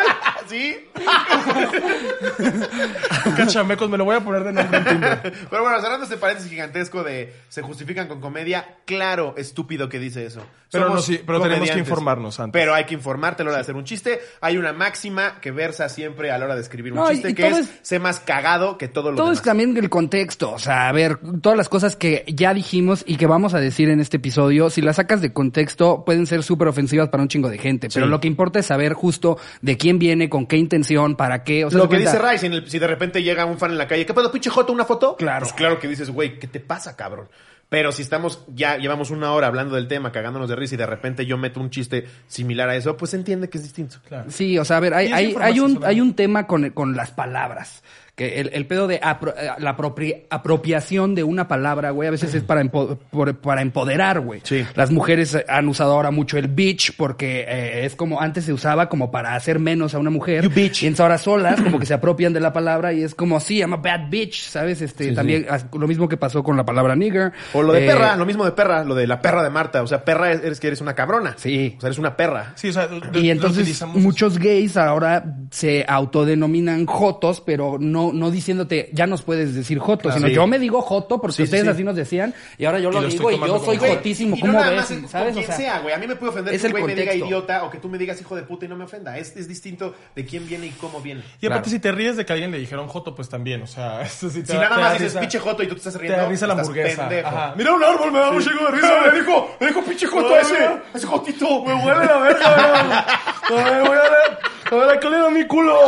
Speaker 2: ¿Sí?
Speaker 3: Cachamecos, me lo voy a poner de nombre en Tinder.
Speaker 2: Pero bueno, cerrando este paréntesis gigantesco de se justifican con comedia, claro, estúpido que dice eso.
Speaker 3: Pero
Speaker 2: Somos
Speaker 3: no, sí, pero tenemos
Speaker 2: comediantes.
Speaker 3: que informarnos antes.
Speaker 2: Pero hay que informarte a la hora de hacer un chiste. Hay una máxima que versa siempre a la hora de escribir un
Speaker 1: No, y-
Speaker 2: chiste,
Speaker 1: y
Speaker 2: que es,
Speaker 1: todo es-
Speaker 2: sé más cagado que todo lo
Speaker 1: Todo es
Speaker 2: demás.
Speaker 1: también el contexto, o sea, a ver, todas las cosas que ya dijimos y que vamos a decir en este episodio, si las sacas de contexto pueden ser súper ofensivas para un chingo de gente, pero
Speaker 2: Sí.
Speaker 1: lo que importa es saber justo de quién viene, con qué intención, para qué, o sea,
Speaker 2: lo
Speaker 1: de
Speaker 2: que
Speaker 1: cuenta-
Speaker 2: dice Rice, en el- si de repente llega un fan en la calle, ¿qué pedo, pinche Joto, una foto?
Speaker 1: Claro.
Speaker 2: Pues claro que dices, güey, ¿qué te pasa, cabrón? Pero si estamos, ya llevamos una hora hablando del tema, cagándonos de risa, y de repente yo meto un chiste similar a eso, pues entiende que es distinto.
Speaker 3: Claro.
Speaker 1: Sí, o sea, a ver, hay,
Speaker 3: Y es
Speaker 1: hay,
Speaker 3: información
Speaker 1: hay, un,
Speaker 3: solamente.
Speaker 1: hay un tema con, con las palabras. Que el, el pedo de apro- eh, la apropri- apropiación de una palabra, güey, a veces es para, empo- por- para empoderar, güey.
Speaker 2: Sí.
Speaker 1: Las mujeres eh, han usado ahora mucho el bitch porque eh, es como antes se usaba como para hacer menos a una mujer.
Speaker 2: You bitch.
Speaker 1: Y entonces ahora solas como que se apropian de la palabra y es como, sí, I'm a bad bitch, ¿sabes? Este, también as- lo mismo que pasó con la palabra nigger.
Speaker 2: O lo de
Speaker 1: Eh,
Speaker 2: perra, lo mismo de perra, lo de la perra de Marta. O sea, perra es, eres que eres una cabrona.
Speaker 1: Sí.
Speaker 2: O sea, eres una perra.
Speaker 3: Sí, o sea,
Speaker 1: Y
Speaker 3: lo
Speaker 1: entonces
Speaker 3: utilizamos-
Speaker 1: muchos gays ahora se autodenominan jotos, pero no, no diciéndote, ya nos puedes decir joto, sino
Speaker 2: Sí.
Speaker 1: yo me digo joto porque
Speaker 2: Sí, sí,
Speaker 1: ustedes
Speaker 2: sí.
Speaker 1: así nos decían y ahora yo
Speaker 3: Y
Speaker 1: lo,
Speaker 3: lo
Speaker 1: digo
Speaker 3: estoy
Speaker 1: y yo
Speaker 3: tomando
Speaker 1: soy
Speaker 3: como-
Speaker 1: jotísimo.
Speaker 2: Y
Speaker 1: ¿Cómo
Speaker 2: no nada
Speaker 1: ves?
Speaker 2: más es con
Speaker 1: ¿Sabes? O
Speaker 2: quien
Speaker 1: sea,
Speaker 2: sea, güey. A mí me puede ofender
Speaker 1: es
Speaker 2: que
Speaker 1: el
Speaker 2: un güey me diga
Speaker 1: contexto.
Speaker 2: idiota o que tú me digas hijo de puta y no me ofenda. Es, es distinto de quién viene y cómo viene.
Speaker 3: Y aparte,
Speaker 1: Claro.
Speaker 3: si te ríes de que a alguien le dijeron Joto, pues también, o sea, esto sí
Speaker 2: Si
Speaker 3: te da-
Speaker 2: nada
Speaker 3: te
Speaker 2: más
Speaker 3: da
Speaker 2: dices
Speaker 3: risa-
Speaker 2: pinche joto y tú te estás
Speaker 3: Te
Speaker 2: riendo,
Speaker 3: da risa la
Speaker 2: estás
Speaker 3: hamburguesa.
Speaker 2: pendejo.
Speaker 3: Ajá.
Speaker 2: Mira un árbol, me da un chingo de risa. Me dijo, me dijo pinche joto ese. Ese jotito. Me huele la verga.
Speaker 3: voy a ver, a ver, ¿qué le da mi culo?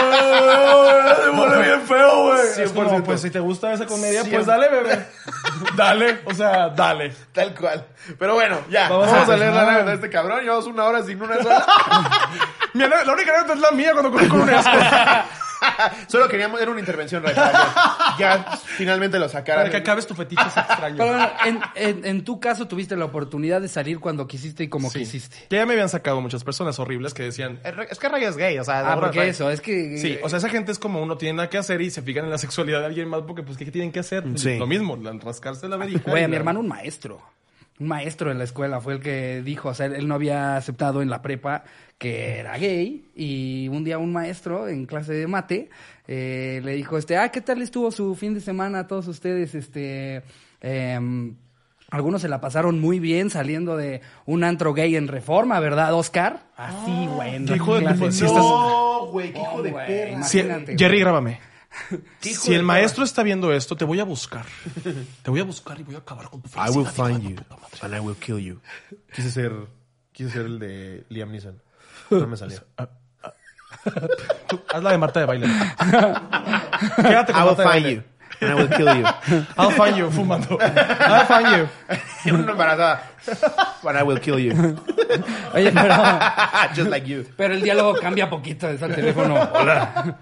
Speaker 3: Se vuelve bien feo, güey. Es como,
Speaker 2: 100%.
Speaker 3: pues si te gusta esa comedia,
Speaker 2: Cien-
Speaker 3: pues dale, bebé. Dale, o sea, dale.
Speaker 2: Tal cual. Pero bueno, ya.
Speaker 3: Vamos
Speaker 2: Vamos,
Speaker 3: a-
Speaker 2: a leer la
Speaker 3: Ajá.
Speaker 2: anécdota de este cabrón. Llevamos una hora sin una sola.
Speaker 3: Mira, la- la única anécdota es la mía cuando comí con un asco.
Speaker 2: Solo queríamos, era una intervención, Ray, para que Ya finalmente lo sacaran.
Speaker 3: Para que acabes tu fetiche extraño.
Speaker 1: pero bueno, en, en- en tu caso tuviste la oportunidad de salir cuando quisiste y como quisiste.
Speaker 3: Que ya me habían sacado muchas personas horribles que decían,
Speaker 4: Es que Ray es gay, o sea,
Speaker 1: Ah,
Speaker 4: no,
Speaker 1: porque
Speaker 4: Ray-
Speaker 1: eso, es que...
Speaker 3: Sí, o sea, esa gente es como uno tiene nada que hacer y se fijan en la sexualidad de alguien más porque pues ¿qué tienen que hacer?
Speaker 2: Sí.
Speaker 3: Lo mismo, la- rascarse la verija.
Speaker 1: Güey,
Speaker 3: y
Speaker 1: a mi
Speaker 3: la-
Speaker 1: hermano un maestro. Un maestro en la escuela fue el que dijo, o sea, él no había aceptado en la prepa que era gay y un día un maestro en clase de mate eh, le dijo, este, ah, ¿qué tal estuvo su fin de semana a todos ustedes? Este, em, algunos se la pasaron muy bien saliendo de un antro gay en reforma, ¿verdad, Oscar? Así, güey. en
Speaker 3: qué hijo de
Speaker 1: clase.
Speaker 3: tu- si estás-
Speaker 4: Oh,
Speaker 2: No, güey, qué hijo de
Speaker 1: güey.
Speaker 2: perra.
Speaker 3: Si-
Speaker 1: Imagínate, güey.
Speaker 3: Jerry, grábame.
Speaker 2: hijo
Speaker 3: Si
Speaker 2: de
Speaker 3: el
Speaker 2: perra.
Speaker 3: maestro está viendo esto, te voy a buscar. Te voy a buscar y voy a acabar con tu
Speaker 2: I
Speaker 3: felicidad.
Speaker 2: will
Speaker 3: hijo de
Speaker 2: find
Speaker 3: tu
Speaker 2: you
Speaker 3: puta madre.
Speaker 2: and I will kill you. Quise ser, quise ser el de Liam Neeson. No me salió.
Speaker 3: Tú, Haz la de Marta de baile. Quédate
Speaker 2: I
Speaker 3: con
Speaker 2: will
Speaker 3: Marta
Speaker 2: find
Speaker 3: de baile.
Speaker 2: you and I will kill you.
Speaker 3: I'll find you, fumando. I'll find you.
Speaker 2: Y una embarazada. But I will kill you.
Speaker 1: Oye, pero...
Speaker 2: Just like you.
Speaker 1: Pero el diálogo cambia poquito es al teléfono. Hola.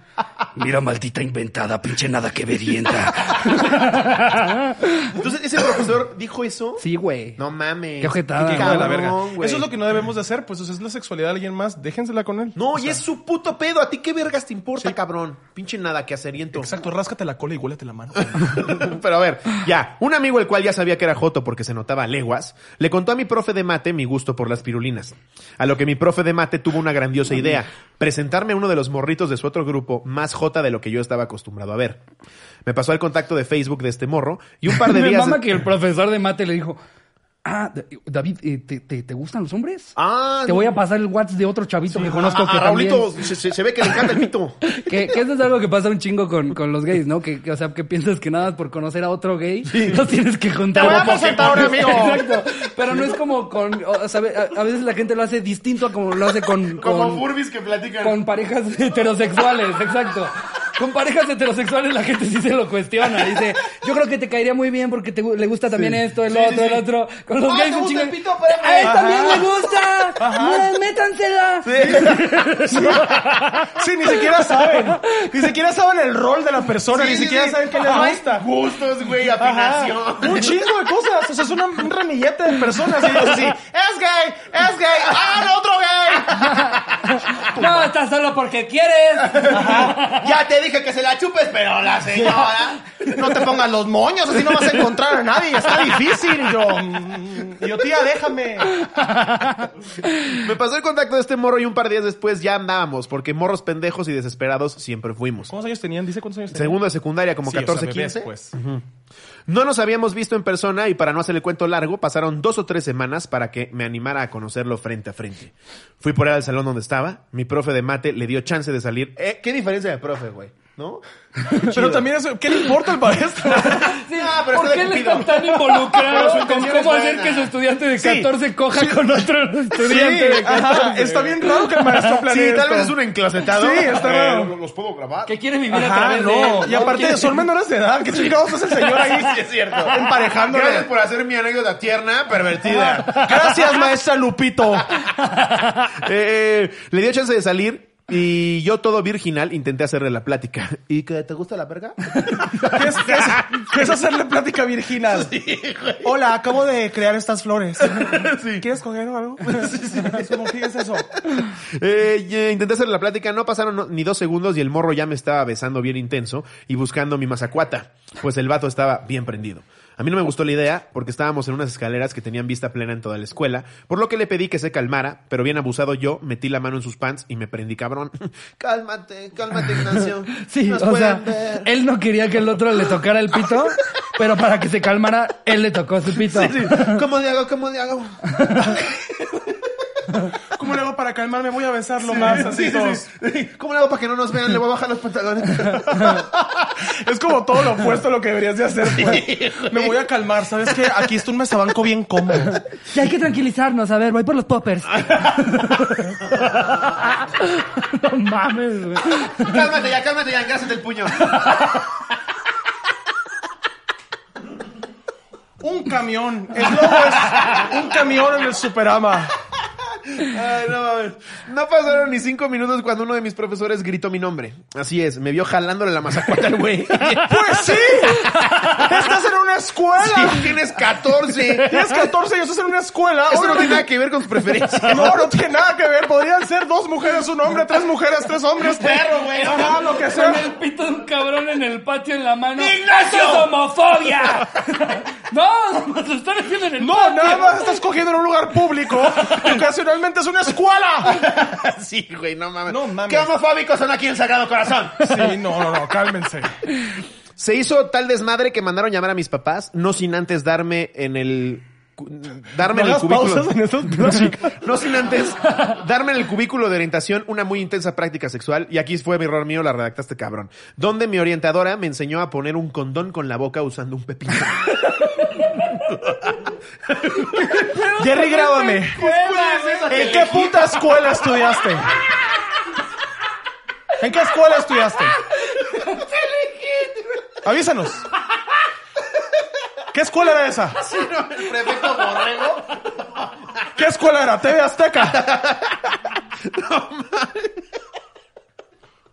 Speaker 1: Mira, maldita inventada, pinche nada que verienta.
Speaker 2: Entonces, ese profesor dijo eso.
Speaker 1: Sí, güey.
Speaker 2: No mames.
Speaker 1: Qué ojetada.
Speaker 2: Qué
Speaker 1: Hijo
Speaker 3: de la
Speaker 2: cabrón,
Speaker 3: verga.
Speaker 2: güey.
Speaker 3: Eso es lo que no debemos de hacer, pues o sea, es la sexualidad de alguien más, déjensela con él.
Speaker 2: No,
Speaker 3: O
Speaker 2: y
Speaker 3: sea,
Speaker 2: es su puto pedo. ¿A ti qué vergas te importa, cabrón? Pinche nada que aceriento.
Speaker 3: Exacto, ráscate la cola y huélete la mano.
Speaker 2: Pero a ver, ya. Un amigo, el cual ya sabía que era Joto porque se notaba a leguas, le contó a mi profe de mate mi gusto por las pirulinas. A lo que mi profe de mate tuvo una grandiosa idea. Presentarme a uno de los morritos de su otro grupo, más Jota de lo que yo estaba acostumbrado a ver. Me pasó el contacto de Facebook de este morro y un par de
Speaker 1: Me
Speaker 2: días...
Speaker 1: mama que el profesor de mate le dijo, ah, Da- David, eh, ¿te, te, te gustan los hombres?
Speaker 2: Ah,
Speaker 1: Te voy a pasar el WhatsApp de otro chavito que conozco
Speaker 2: a- a
Speaker 1: que
Speaker 2: Ah, Raulito,
Speaker 1: también...
Speaker 2: se, se- se ve que le encanta el pito.
Speaker 1: Que, que eso es algo que pasa un chingo con, con los gays, ¿no? Que, que, o sea, que piensas que nada más por conocer a otro gay los tienes que juntar.
Speaker 4: Te voy a
Speaker 1: Como
Speaker 4: presentar a un
Speaker 1: Pokémon.
Speaker 4: amigo.
Speaker 1: Exacto. Pero no es como con... O sea, a, a veces la gente lo hace distinto a como lo hace con... con-
Speaker 2: Furbis que platican.
Speaker 1: Con parejas heterosexuales, exacto. Con parejas heterosexuales la gente sí se lo cuestiona. Dice, yo creo que te caería muy bien porque te gu- le gusta también esto, el otro, el otro. Con los
Speaker 4: Ah,
Speaker 1: gays
Speaker 4: ¿te
Speaker 1: un
Speaker 4: gusta
Speaker 1: chingo-
Speaker 4: el pito? Espérame.
Speaker 1: ¡A él
Speaker 4: Ajá.
Speaker 1: también le gusta! Mé- ¡Métansela!
Speaker 3: sí, ni siquiera saben. Ni siquiera saben el rol de la persona, ni siquiera saben qué les gusta.
Speaker 2: Gustos, güey,
Speaker 3: Ajá. Un chingo de cosas. O sea, es una- un ramillete de personas. Y ellos así,
Speaker 4: ¡Es gay! ¡Es gay! ¡Ah, no, otro gay!
Speaker 1: No, estás solo porque quieres.
Speaker 4: Ya te dije que se la chupes, pero la señora. No te pongas los moños, así no vas a encontrar a nadie. Está difícil. Y yo. mm,
Speaker 3: yo tía, déjame.
Speaker 2: Me pasó el contacto de este morro y un par de días después ya andábamos, porque morros pendejos y desesperados siempre fuimos.
Speaker 3: ¿Cuántos años tenían? Dice cuántos años tenían.
Speaker 2: Segundo de secundaria, como
Speaker 3: Sí, o sea,
Speaker 2: 14,
Speaker 3: bebés,
Speaker 2: 15.
Speaker 3: pues.
Speaker 2: No nos habíamos visto en persona y para no hacer el cuento largo, pasaron dos o tres semanas para que me animara a conocerlo frente a frente. Fui por él al salón donde estaba, mi profe de mate le dio chance de salir. Eh, ¿Qué diferencia de profe, güey? ¿No?
Speaker 3: Pero también es, ¿qué le importa al maestro?
Speaker 1: Sí,
Speaker 2: Ah, pero
Speaker 1: ¿Por
Speaker 2: está
Speaker 1: qué
Speaker 2: de
Speaker 1: él
Speaker 2: cupido.
Speaker 1: está tan
Speaker 2: Pero su
Speaker 1: involucrado con
Speaker 2: intención es
Speaker 1: cómo hacer
Speaker 2: buena.
Speaker 1: que su estudiante de 14 coja con otro
Speaker 3: Sí,
Speaker 1: estudiante de 14?
Speaker 3: ajá, está bien raro que el maestro planee
Speaker 2: Sí, tal vez es
Speaker 3: esto.
Speaker 2: un enclosetado. Eh,
Speaker 3: Sí, está raro.
Speaker 2: ¿Los puedo grabar?
Speaker 1: Que quiere vivir a
Speaker 3: Ajá,
Speaker 1: través de
Speaker 3: no.
Speaker 1: él.
Speaker 3: Y aparte, son menores de edad. ¿Qué chingados hace el señor ahí?
Speaker 2: Sí, es cierto.
Speaker 3: Emparejándole.
Speaker 2: Gracias por hacer mi anécdota tierna, pervertida.
Speaker 3: Gracias, maestra Lupito.
Speaker 2: Eh, le dio chance de salir y yo todo virginal intenté hacerle la plática. ¿Y que te gusta la verga?
Speaker 3: ¿Qué es, qué es- qué es hacerle plática virginal? Hola, acabo de crear estas flores. ¿Quieres coger o algo? Eso no, ¿Qué es eso?
Speaker 2: Eh, y, eh, intenté hacerle la plática, no pasaron no- ni dos segundos y el morro ya me estaba besando bien intenso y buscando mi mazacuata, pues el vato estaba bien prendido. A mí no me gustó la idea porque estábamos en unas escaleras que tenían vista plena en toda la escuela, por lo que le pedí que se calmara, pero bien abusado yo, metí la mano en sus pants y me prendí cabrón.
Speaker 4: Cálmate, cálmate, Ignacio.
Speaker 1: Sí,
Speaker 4: Nos
Speaker 1: o sea,
Speaker 4: pueden
Speaker 2: eh,
Speaker 4: ver.
Speaker 1: él no quería que el otro le tocara el pito, pero para que se calmara, él le tocó su pito.
Speaker 4: ¿Cómo le hago? ¿Cómo le hago?
Speaker 3: ¿Cómo le hago para calmarme? Voy a besarlo más. Así todos.
Speaker 4: ¿Cómo le hago para que no nos vean? Le voy a bajar los pantalones.
Speaker 3: Es como todo lo opuesto a lo que deberías de hacer. pues. Me voy a calmar. ¿Sabes qué? Aquí está un mesabanco bien cómodo.
Speaker 1: Ya hay que tranquilizarnos, a ver, voy por los poppers. no mames, güey.
Speaker 4: cálmate ya, cálmate ya, gracias del puño.
Speaker 3: Un camión. El logo es un camión en el Superama.
Speaker 2: Ay, no mames. No pasaron ni cinco minutos cuando uno de mis profesores gritó mi nombre. Así es, me vio jalándole la mazacuata al güey.
Speaker 3: ¡Pues sí! ¡Estás en una escuela!
Speaker 2: Sí, tienes 14.
Speaker 3: Tienes 14 y estás en una escuela.
Speaker 2: Eso no
Speaker 3: Obviamente-
Speaker 2: tiene nada que ver con tus preferencias.
Speaker 3: No, no tiene nada que ver. Podrían ser dos mujeres, un hombre, tres mujeres, tres hombres. Perro, güey. Ajá, lo que sea.
Speaker 1: Con el pito de un cabrón en el patio en la mano. ¡Ignacio! ¡Eso es homofobia! no, nos lo están haciendo en el
Speaker 3: No,
Speaker 1: patio.
Speaker 3: nada más estás cogiendo en un lugar público. Ocasionalmente es una escuela.
Speaker 2: Sí, güey, no mames.
Speaker 3: No mames.
Speaker 2: ¿Qué homofóbicos son aquí en Sagrado Corazón?
Speaker 3: Sí, no, no, no, cálmense.
Speaker 2: Se hizo tal desmadre que mandaron llamar a mis papás, no sin antes darme en el... cu- Darme en el cubículo.
Speaker 3: estos
Speaker 2: No sin antes darme en el cubículo de orientación una muy intensa práctica sexual, y aquí fue mi error mío, la redactaste cabrón, donde mi orientadora me enseñó a poner un condón con la boca usando un pepino.
Speaker 3: Jerry, grábame. ¿En qué puta escuela estudiaste? ¿En qué escuela estudiaste? Avísanos. ¿Qué escuela era esa?
Speaker 4: El prefecto Borrego.
Speaker 3: ¿Qué escuela era? TV Azteca.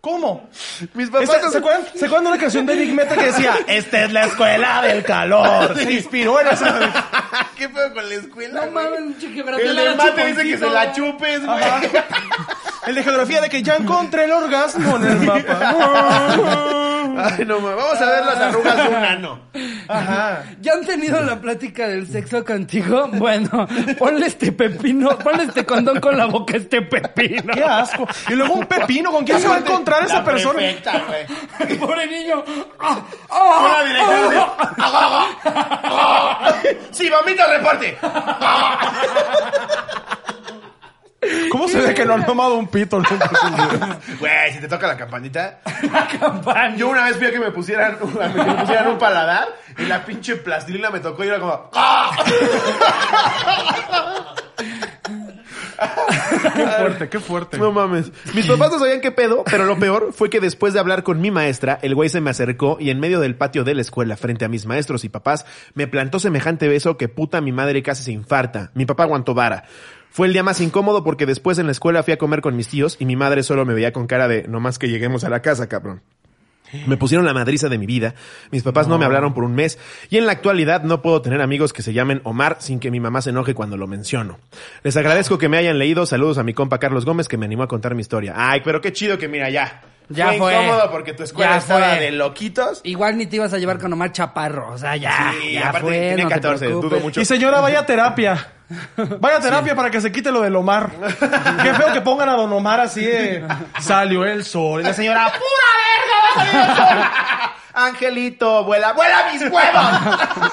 Speaker 3: ¿Cómo?
Speaker 2: Mis papás
Speaker 3: Esta-
Speaker 2: no
Speaker 3: ¿se,
Speaker 2: se-
Speaker 3: acuerdan, ¿Se acuerdan de una canción de Big Meta que decía, esta es la escuela del calor? Se inspiró en esa.
Speaker 4: ¿Qué pedo con la escuela?
Speaker 1: No mames, che, geografía
Speaker 4: El
Speaker 1: la
Speaker 4: de
Speaker 1: hagan
Speaker 4: mate dice que
Speaker 1: chuponcito.
Speaker 4: se la chupes, güey.
Speaker 3: El de geografía de que ya encontré el orgasmo en el mapa.
Speaker 2: Ay, no mames. Vamos a ver las arrugas de un ano.
Speaker 3: Ajá.
Speaker 1: ¿Ya han tenido la plática del sexo contigo? Bueno, ponle este pepino, ponle este condón con la boca a este pepino.
Speaker 3: Qué asco. Y luego un pepino, ¿con quién se va a encontrar esa
Speaker 4: La
Speaker 3: persona?
Speaker 4: prefecta, güey.
Speaker 1: Pobre niño. Ah,
Speaker 4: Con
Speaker 1: ah,
Speaker 4: la dirección de-
Speaker 1: ah.
Speaker 4: Sí, vomita, reparte.
Speaker 3: ¿Cómo se ve que no han tomado un pito?
Speaker 2: Güey, si te toca la campanita.
Speaker 1: La campaña.
Speaker 2: Yo una vez fui a que me pusieran, a que me pusieran un paladar y la pinche plastilina me tocó y era como...
Speaker 3: qué fuerte, qué fuerte.
Speaker 2: No mames. Mis papás no sabían qué pedo, pero lo peor fue que después de hablar con mi maestra, el güey se me acercó y en medio del patio de la escuela, frente a mis maestros y papás, me plantó semejante beso que puta mi madre casi se infarta. Mi papá aguantó vara. Fue el día más incómodo porque después en la escuela fui a comer con mis tíos y mi madre solo me veía con cara de no más que lleguemos a la casa, cabrón. Me pusieron la madriza de mi vida. Mis papás no. me hablaron por un mes. Y en la actualidad no puedo tener amigos que se llamen Omar sin que mi mamá se enoje cuando lo menciono. Les agradezco que me hayan leído. Saludos a mi compa Carlos Gómez que me animó a contar mi historia. Ay, pero qué chido que mira ya.
Speaker 1: Ya fue.
Speaker 2: incómodo porque tu escuela
Speaker 1: Ya
Speaker 2: estaba
Speaker 1: fue.
Speaker 2: de loquitos.
Speaker 1: Igual ni te ibas a llevar con Omar Chaparro. O sea, ya.
Speaker 2: Sí,
Speaker 1: ya
Speaker 2: aparte
Speaker 1: fue,
Speaker 2: tenía
Speaker 1: no te
Speaker 2: 14, dudo
Speaker 1: preocupes.
Speaker 2: mucho.
Speaker 3: Y señora, vaya a terapia. Vaya a terapia para que se quite lo del Omar. Qué feo que pongan a don Omar así de... Salió el sol. Y la señora...
Speaker 4: Señora, pura verga, va a salir el sol.
Speaker 2: Angelito, vuela, vuela mis huevos.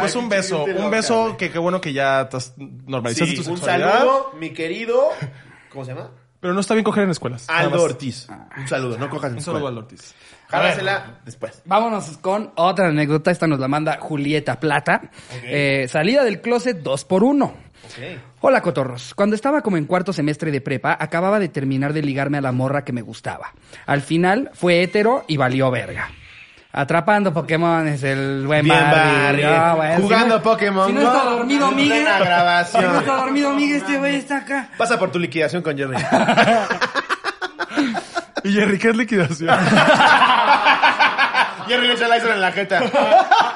Speaker 3: Pues un
Speaker 2: qué
Speaker 3: beso.
Speaker 2: gente
Speaker 3: Un
Speaker 2: loca,
Speaker 3: beso que qué bueno que ya estás- normalizaste
Speaker 2: Sí,
Speaker 3: tu
Speaker 2: un
Speaker 3: sexualidad.
Speaker 2: saludo, mi querido. ¿Cómo se llama?
Speaker 3: Pero no está bien coger en escuelas. Nada
Speaker 2: Aldo
Speaker 3: más.
Speaker 2: Ortiz. Un saludo, no cojas en
Speaker 3: Un saludo a
Speaker 2: escuela.
Speaker 3: Aldo Ortiz.
Speaker 2: Jálasela después.
Speaker 1: Vámonos con otra anécdota. Esta nos la manda Julieta Plata. Eh, salida del closet dos por uno. Hola cotorros, cuando estaba como en cuarto semestre de prepa, acababa de terminar de ligarme a la morra que me gustaba. Al final fue hétero y valió verga. Atrapando Pokémon es el buen
Speaker 2: Bien,
Speaker 1: Barry.
Speaker 2: Barry.
Speaker 1: No, güey,
Speaker 2: Jugando
Speaker 1: si no-
Speaker 2: Pokémon
Speaker 1: Si no
Speaker 2: Go.
Speaker 1: está dormido,
Speaker 2: Buena
Speaker 1: Miguel.
Speaker 2: grabación.
Speaker 1: Si no está dormido, Miguel, este güey está acá.
Speaker 2: Pasa por tu liquidación con Jerry.
Speaker 3: Y Jerry, ¿qué es liquidación?
Speaker 2: Jerry le echa Lysol en la jeta.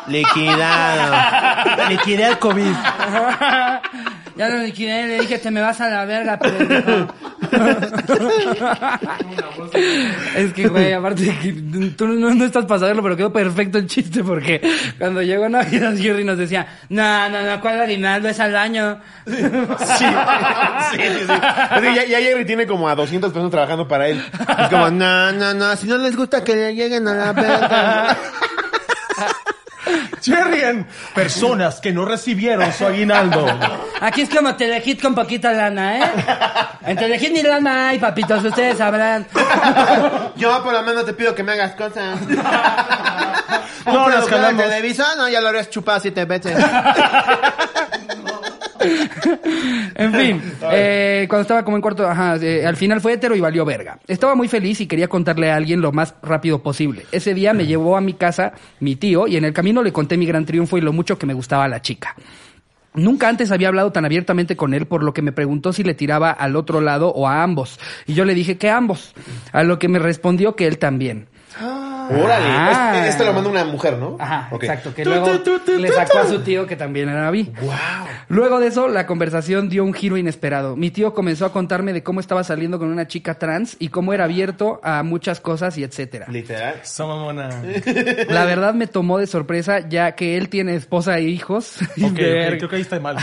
Speaker 2: Liquidado.
Speaker 3: Liquidé el COVID.
Speaker 1: Ya lo liquidé, le dije, te me vas a la verga, pendejo. es que, güey, aparte que tú no, no estás para saberlo, pero quedó perfecto el chiste porque cuando llegó Navidad, Jerry nos decía, no, no, no, ¿cuál aguinaldo es al año?
Speaker 2: Sí, sí, sí. sí. Así que ya, ya Jerry tiene como a 200 personas trabajando para él. Es como, no, no, no, si no les gusta que le lleguen a la verga.
Speaker 3: Jerry en personas que no recibieron su aguinaldo.
Speaker 1: Aquí es como Telehit con poquita lana, ¿eh? En Telehit ni lana hay, papitos, ustedes sabrán.
Speaker 2: Yo por lo menos te pido que me hagas cosas.
Speaker 3: No, las calamos.
Speaker 2: televisor, no, ya lo habrías chupado siete veces.
Speaker 1: En fin, eh, cuando estaba como en cuarto, ajá, eh, al final fue hetero y valió verga. Estaba muy feliz y quería contarle a alguien lo más rápido posible. Ese día me llevó a mi casa mi tío y en el camino le conté mi gran triunfo y lo mucho que me gustaba la chica. Nunca antes había hablado tan abiertamente con él, por lo que me preguntó si le tiraba al otro lado o a ambos. Y yo le dije que ambos, a lo que me respondió que él también.
Speaker 2: Órale.
Speaker 1: Ah.
Speaker 2: Este, este lo manda una mujer, ¿no?
Speaker 1: Ajá,
Speaker 2: Ok.
Speaker 1: exacto, que
Speaker 3: Tu,
Speaker 1: luego
Speaker 3: tu, tu, tu,
Speaker 1: le
Speaker 3: tu,
Speaker 1: sacó a
Speaker 3: tu.
Speaker 1: su tío que también era vi.
Speaker 2: Wow.
Speaker 1: Luego de eso, la conversación dio un giro inesperado. Mi tío comenzó a contarme de cómo estaba saliendo con una chica trans y cómo era abierto a muchas cosas y etcétera.
Speaker 2: Literal.
Speaker 3: Esa mamona.
Speaker 1: La verdad me tomó de sorpresa ya que él tiene esposa e hijos. Y
Speaker 3: Ok, ok,
Speaker 1: ver-
Speaker 3: creo que ahí está mal.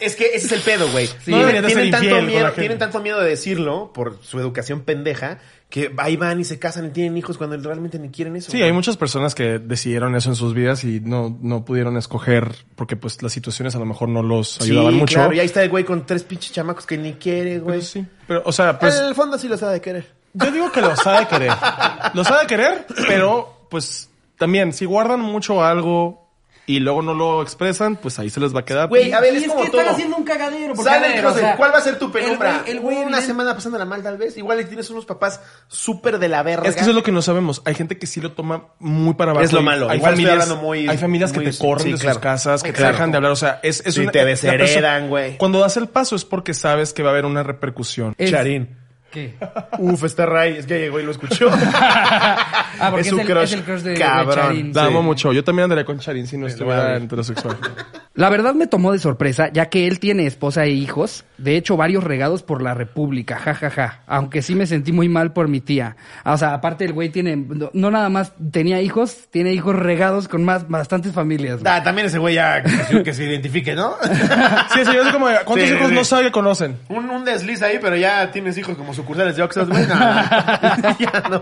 Speaker 2: Es que ese es el pedo, güey.
Speaker 3: No deberían de
Speaker 2: tienen,
Speaker 3: ser
Speaker 2: tanto
Speaker 3: infiel con la
Speaker 2: miedo,
Speaker 3: gente.
Speaker 2: tienen tanto miedo de decirlo por su educación pendeja que ahí van y se casan y tienen hijos cuando realmente ni quieren eso.
Speaker 3: Sí, hay muchas personas que decidieron eso en sus vidas y no, no pudieron escoger porque pues las situaciones a lo mejor no los ayudaban mucho.
Speaker 2: Claro, y ahí está el güey con tres pinches chamacos que ni quiere, güey. Ah,
Speaker 3: Pero sí. Pero, o sea, pues
Speaker 2: en el fondo sí lo sabe querer.
Speaker 3: yo digo que los ha de querer. Los ha de querer, pero pues también, si guardan mucho algo y luego no lo expresan, pues ahí se les va a quedar.
Speaker 4: Güey, a ver,
Speaker 1: Y
Speaker 4: es,
Speaker 1: es
Speaker 4: como
Speaker 1: que
Speaker 4: todo.
Speaker 1: están haciendo un cagadero, porque,
Speaker 4: Sale
Speaker 1: a ver,
Speaker 4: el
Speaker 1: o
Speaker 4: closet.
Speaker 1: sea,
Speaker 4: ¿Cuál va a ser tu
Speaker 1: el
Speaker 4: penumbra?
Speaker 1: güey- el güey
Speaker 4: Una
Speaker 1: evidente-
Speaker 4: semana pasándola mal, tal vez. Igual y tienes unos papás súper de la verga.
Speaker 3: Es que eso es lo que no sabemos. Hay gente que sí lo toma muy para abajo.
Speaker 2: Es lo
Speaker 3: Hay-
Speaker 2: malo.
Speaker 3: Hay
Speaker 2: Igual estoy
Speaker 3: familias,
Speaker 2: hablando muy-
Speaker 3: hay familias que
Speaker 2: muy-
Speaker 3: te corren
Speaker 2: sí,
Speaker 3: de
Speaker 2: claro.
Speaker 3: sus casas, que
Speaker 2: Claro.
Speaker 3: te dejan de hablar. O sea, es, es
Speaker 2: Sí,
Speaker 3: una-
Speaker 2: te
Speaker 3: la persona-
Speaker 2: desheredan, güey.
Speaker 3: Cuando das el paso es porque sabes que va a haber una repercusión.
Speaker 1: Es-
Speaker 2: Charín.
Speaker 1: ¿Qué?
Speaker 2: Uf, está Ray. Es que llegó y lo escuchó.
Speaker 1: Ah, porque es,
Speaker 2: un
Speaker 1: el,
Speaker 2: crush
Speaker 1: es el crush de, de
Speaker 2: cabrón.
Speaker 1: Charín.
Speaker 3: La
Speaker 2: Sí.
Speaker 3: amo mucho. Yo también andaría con Charín si no
Speaker 2: voy a
Speaker 3: estuviera
Speaker 2: abrir.
Speaker 3: heterosexual.
Speaker 1: La verdad me tomó de sorpresa, ya que él tiene esposa e hijos, de hecho varios regados por la República, jajaja, aunque sí me sentí muy mal por mi tía. Ah, O sea, aparte el güey tiene, no, no nada más tenía hijos, tiene hijos regados con más bastantes familias. güey.
Speaker 2: Ah, también ese güey ya que, que se identifique, ¿no?
Speaker 3: sí, sí, yo soy como, ¿cuántos
Speaker 2: Sí,
Speaker 3: hijos
Speaker 2: sí,
Speaker 3: no
Speaker 2: sí.
Speaker 3: sabe que conocen?
Speaker 2: un, un desliz ahí, pero ya tienes hijos como sucursales de Oxford, güey. nada. ya no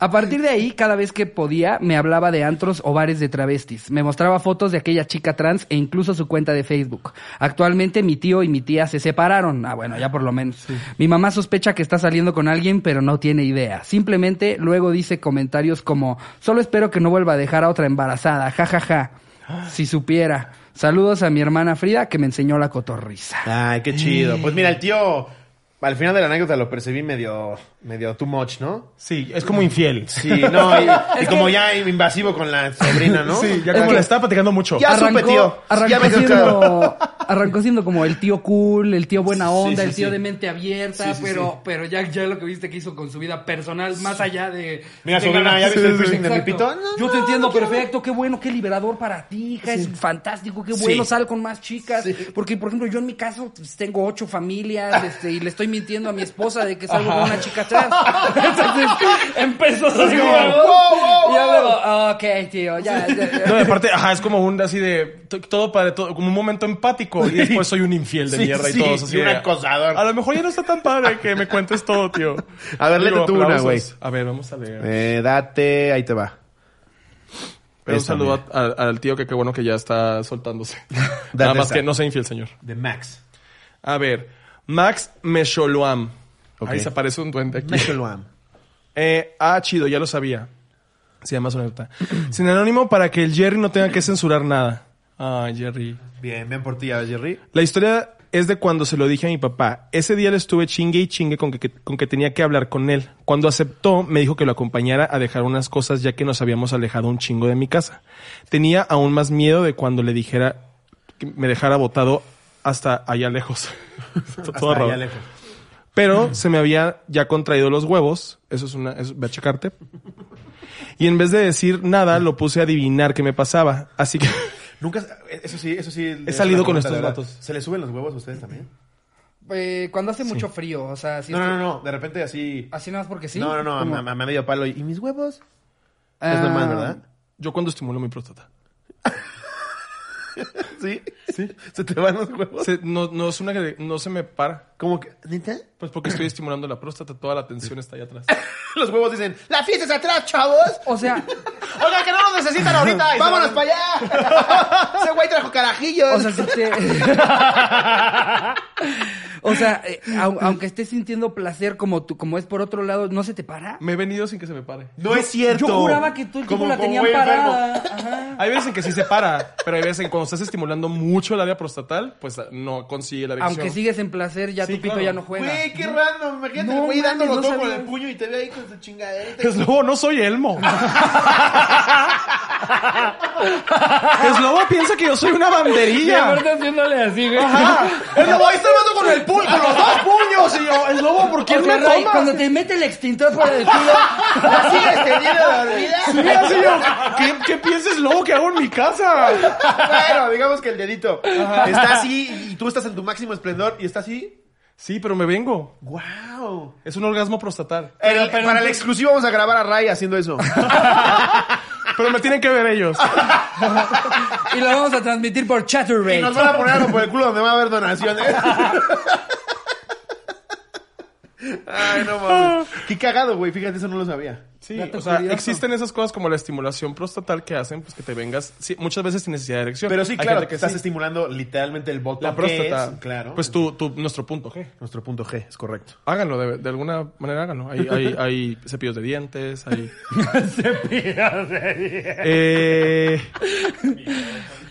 Speaker 1: A partir de ahí, cada vez que podía, me hablaba de antros o bares de travestis. Me mostraba fotos de aquella chica trans e incluso su cuenta de Facebook. Actualmente mi tío y mi tía se separaron. Ah, bueno, ya por lo menos. Mi mamá sospecha que está saliendo con alguien, pero no tiene idea. Simplemente luego dice comentarios como, solo espero que no vuelva a dejar a otra embarazada. Ja, ja, ja. Si supiera. Saludos a mi hermana Frida, que me enseñó la cotorriza.
Speaker 2: Ay, qué chido. Pues mira, el tío, al final de la anécdota lo percibí medio, medio too much, ¿no?
Speaker 3: Sí, es como infiel.
Speaker 2: Sí, no, y, y como ya invasivo con la sobrina, ¿no?
Speaker 3: Sí, ya
Speaker 1: Es
Speaker 3: como
Speaker 1: que-
Speaker 3: le estaba platicando mucho.
Speaker 2: Ya supe, tío.
Speaker 1: Arrancó,
Speaker 2: Ya me quedó
Speaker 1: siendo,
Speaker 2: claro.
Speaker 1: arrancó siendo como el tío cool, el tío buena onda,
Speaker 2: sí,
Speaker 1: el tío
Speaker 2: sí.
Speaker 1: de mente abierta,
Speaker 2: Sí, sí,
Speaker 1: pero, pero ya, ya lo que viste que hizo con su vida personal, más allá de.
Speaker 2: Mira,
Speaker 1: de
Speaker 2: sobrina,
Speaker 1: ganar-
Speaker 2: ¿ya viste el
Speaker 1: Sí, sí,
Speaker 2: piercing de mi
Speaker 1: exacto.
Speaker 2: pito? No,
Speaker 1: Yo te
Speaker 2: no,
Speaker 1: entiendo
Speaker 2: no quiero.
Speaker 1: perfecto, qué bueno, qué liberador para ti, hija, es fantástico, qué bueno, sal con más chicas. Porque, por ejemplo, yo en mi caso pues, tengo ocho familias este, y le estoy mintiendo a mi esposa de que salgo con una chica trans. Entonces, empezó así como.
Speaker 2: wow,
Speaker 1: y yo luego, ok, tío, ya, ya, ya.
Speaker 3: No, y aparte, ajá, es como un así de to- todo para todo, como un momento empático y después soy un infiel de
Speaker 2: Sí,
Speaker 3: mierda
Speaker 2: sí,
Speaker 3: y todos así.
Speaker 2: y un
Speaker 3: de,
Speaker 2: acosador.
Speaker 3: A lo mejor ya no está tan padre que me cuentes todo, tío.
Speaker 2: A ver,
Speaker 3: Digo,
Speaker 2: léete tú una,
Speaker 3: aplausos.
Speaker 2: güey.
Speaker 3: A ver, vamos a leer.
Speaker 2: Eh, date, ahí te va.
Speaker 3: Pero un
Speaker 2: esta,
Speaker 3: saludo a- al- al tío que qué bueno que ya está soltándose. Nada
Speaker 2: Date
Speaker 3: más
Speaker 2: esa.
Speaker 3: que no sea infiel, señor.
Speaker 2: De Max.
Speaker 3: A ver, Max Mesholoam.
Speaker 2: Ok.
Speaker 3: Ahí se aparece un duende aquí.
Speaker 2: Mesholoam.
Speaker 3: Eh, ah, chido, ya lo sabía. Se llama su anécdota. Sin anónimo para que el Jerry no tenga que censurar nada. Ah, Jerry.
Speaker 2: Bien, bien por ti, ya, Jerry.
Speaker 3: La historia es de cuando se lo dije a mi papá. Ese día le estuve chingue y chingue con que, con que tenía que hablar con él. Cuando aceptó, me dijo que lo acompañara a dejar unas cosas ya que nos habíamos alejado un chingo de mi casa. Tenía aún más miedo de cuando le dijera que me dejara botado hasta allá lejos. Todo
Speaker 2: Hasta allá
Speaker 3: raro.
Speaker 2: lejos.
Speaker 3: Pero se me había ya contraído los huevos. Eso es una... Eso, ve a checarte. Y en vez de decir nada, lo puse a adivinar qué me pasaba. Así que...
Speaker 2: Nunca, eh, eso sí, eso sí.
Speaker 3: He salido con estos
Speaker 2: datos.
Speaker 3: vatos.
Speaker 2: ¿Se le suben los huevos a ustedes también?
Speaker 1: Eh, cuando hace mucho frío, o sea, así,
Speaker 2: No, no, no, no. De repente así.
Speaker 1: así nada más porque sí.
Speaker 2: No, no, no.
Speaker 1: ¿Cómo?
Speaker 2: A, a- a medio palo. ¿Y mis huevos?
Speaker 1: Ah,
Speaker 2: Es normal, ¿verdad?
Speaker 3: Yo cuando estimulo mi próstata.
Speaker 2: Sí. Sí. Se te van los huevos.
Speaker 3: Se- no, no, es una, que- no se me para.
Speaker 2: Como que. ¿Neta?
Speaker 3: Pues porque estoy estimulando la próstata, toda la tensión está allá atrás.
Speaker 2: Los huevos dicen, la fiesta es atrás, chavos.
Speaker 1: O sea,
Speaker 4: Oiga, que no nos necesitan ahorita. Y se
Speaker 2: Vámonos
Speaker 4: van.
Speaker 2: para allá. Ese güey trajo carajillos.
Speaker 1: o sea, si te... o sea, eh, au- aunque estés sintiendo placer como tú, como es por otro lado, ¿no se te para?
Speaker 3: Me he venido sin que se me pare.
Speaker 2: no es cierto.
Speaker 1: Yo juraba que todo el tiempo
Speaker 2: Como-
Speaker 1: la
Speaker 2: como
Speaker 1: tenían
Speaker 2: güey enfermo.
Speaker 1: parada. Ajá.
Speaker 3: Hay veces en que sí se para, pero hay veces en que cuando estás estimulando mucho el área prostatal, pues no consigue la erección.
Speaker 1: Aunque sigues en placer, ya
Speaker 3: Sí,
Speaker 1: tu pito
Speaker 3: claro.
Speaker 1: ya no juega.
Speaker 2: Güey, qué random. Imagínate
Speaker 1: No
Speaker 2: el güey
Speaker 1: mames,
Speaker 2: dándolo
Speaker 1: no
Speaker 2: todo con
Speaker 1: sabía.
Speaker 2: el puño y te ve ahí con su chingadera.
Speaker 3: Es lobo, no soy Elmo. Es lobo, piensa que yo soy una
Speaker 1: Y
Speaker 3: banderilla. Ah,
Speaker 1: aparte haciéndole así, güey.
Speaker 2: El lobo ahí está hablando con el puño, con los dos puños. Y yo, el lobo, ¿por
Speaker 1: O sea, Ray, cuando te mete el extintor por el culo,
Speaker 2: Así es, teniendo dormida.
Speaker 3: Sí, así yo, ¿Qué, qué piensas, lobo, que hago en mi casa?
Speaker 2: Bueno, digamos que el dedito está así y tú estás en tu máximo esplendor y está así.
Speaker 3: Sí, pero me vengo.
Speaker 2: ¡Wow!
Speaker 3: Es un orgasmo prostatal.
Speaker 2: El- para el exclusivo vamos a grabar a Ray haciendo eso.
Speaker 3: Pero me tienen que ver ellos.
Speaker 2: Ah,
Speaker 1: y lo vamos a transmitir por
Speaker 2: Y
Speaker 1: Chatterray.
Speaker 2: nos van a poner algo por el culo donde va a haber donaciones. Ay, no mames. Qué cagado, güey. Fíjate, eso no lo sabía.
Speaker 3: Sí,
Speaker 1: Dato
Speaker 3: o sea,
Speaker 1: curioso.
Speaker 3: existen esas cosas como la estimulación prostatal que hacen, pues que te vengas sí, muchas veces sin necesidad de erección.
Speaker 2: Pero sí,
Speaker 3: Hay
Speaker 2: claro,
Speaker 3: gente que
Speaker 2: estás
Speaker 3: sí.
Speaker 2: estimulando literalmente el botón
Speaker 3: la
Speaker 2: que
Speaker 3: próstata.
Speaker 2: es, claro.
Speaker 3: Pues tu, tu, nuestro punto G.
Speaker 2: Nuestro punto G, es correcto.
Speaker 3: Háganlo, de, de alguna manera háganlo. Hay, hay, hay cepillos de dientes, hay... Eh,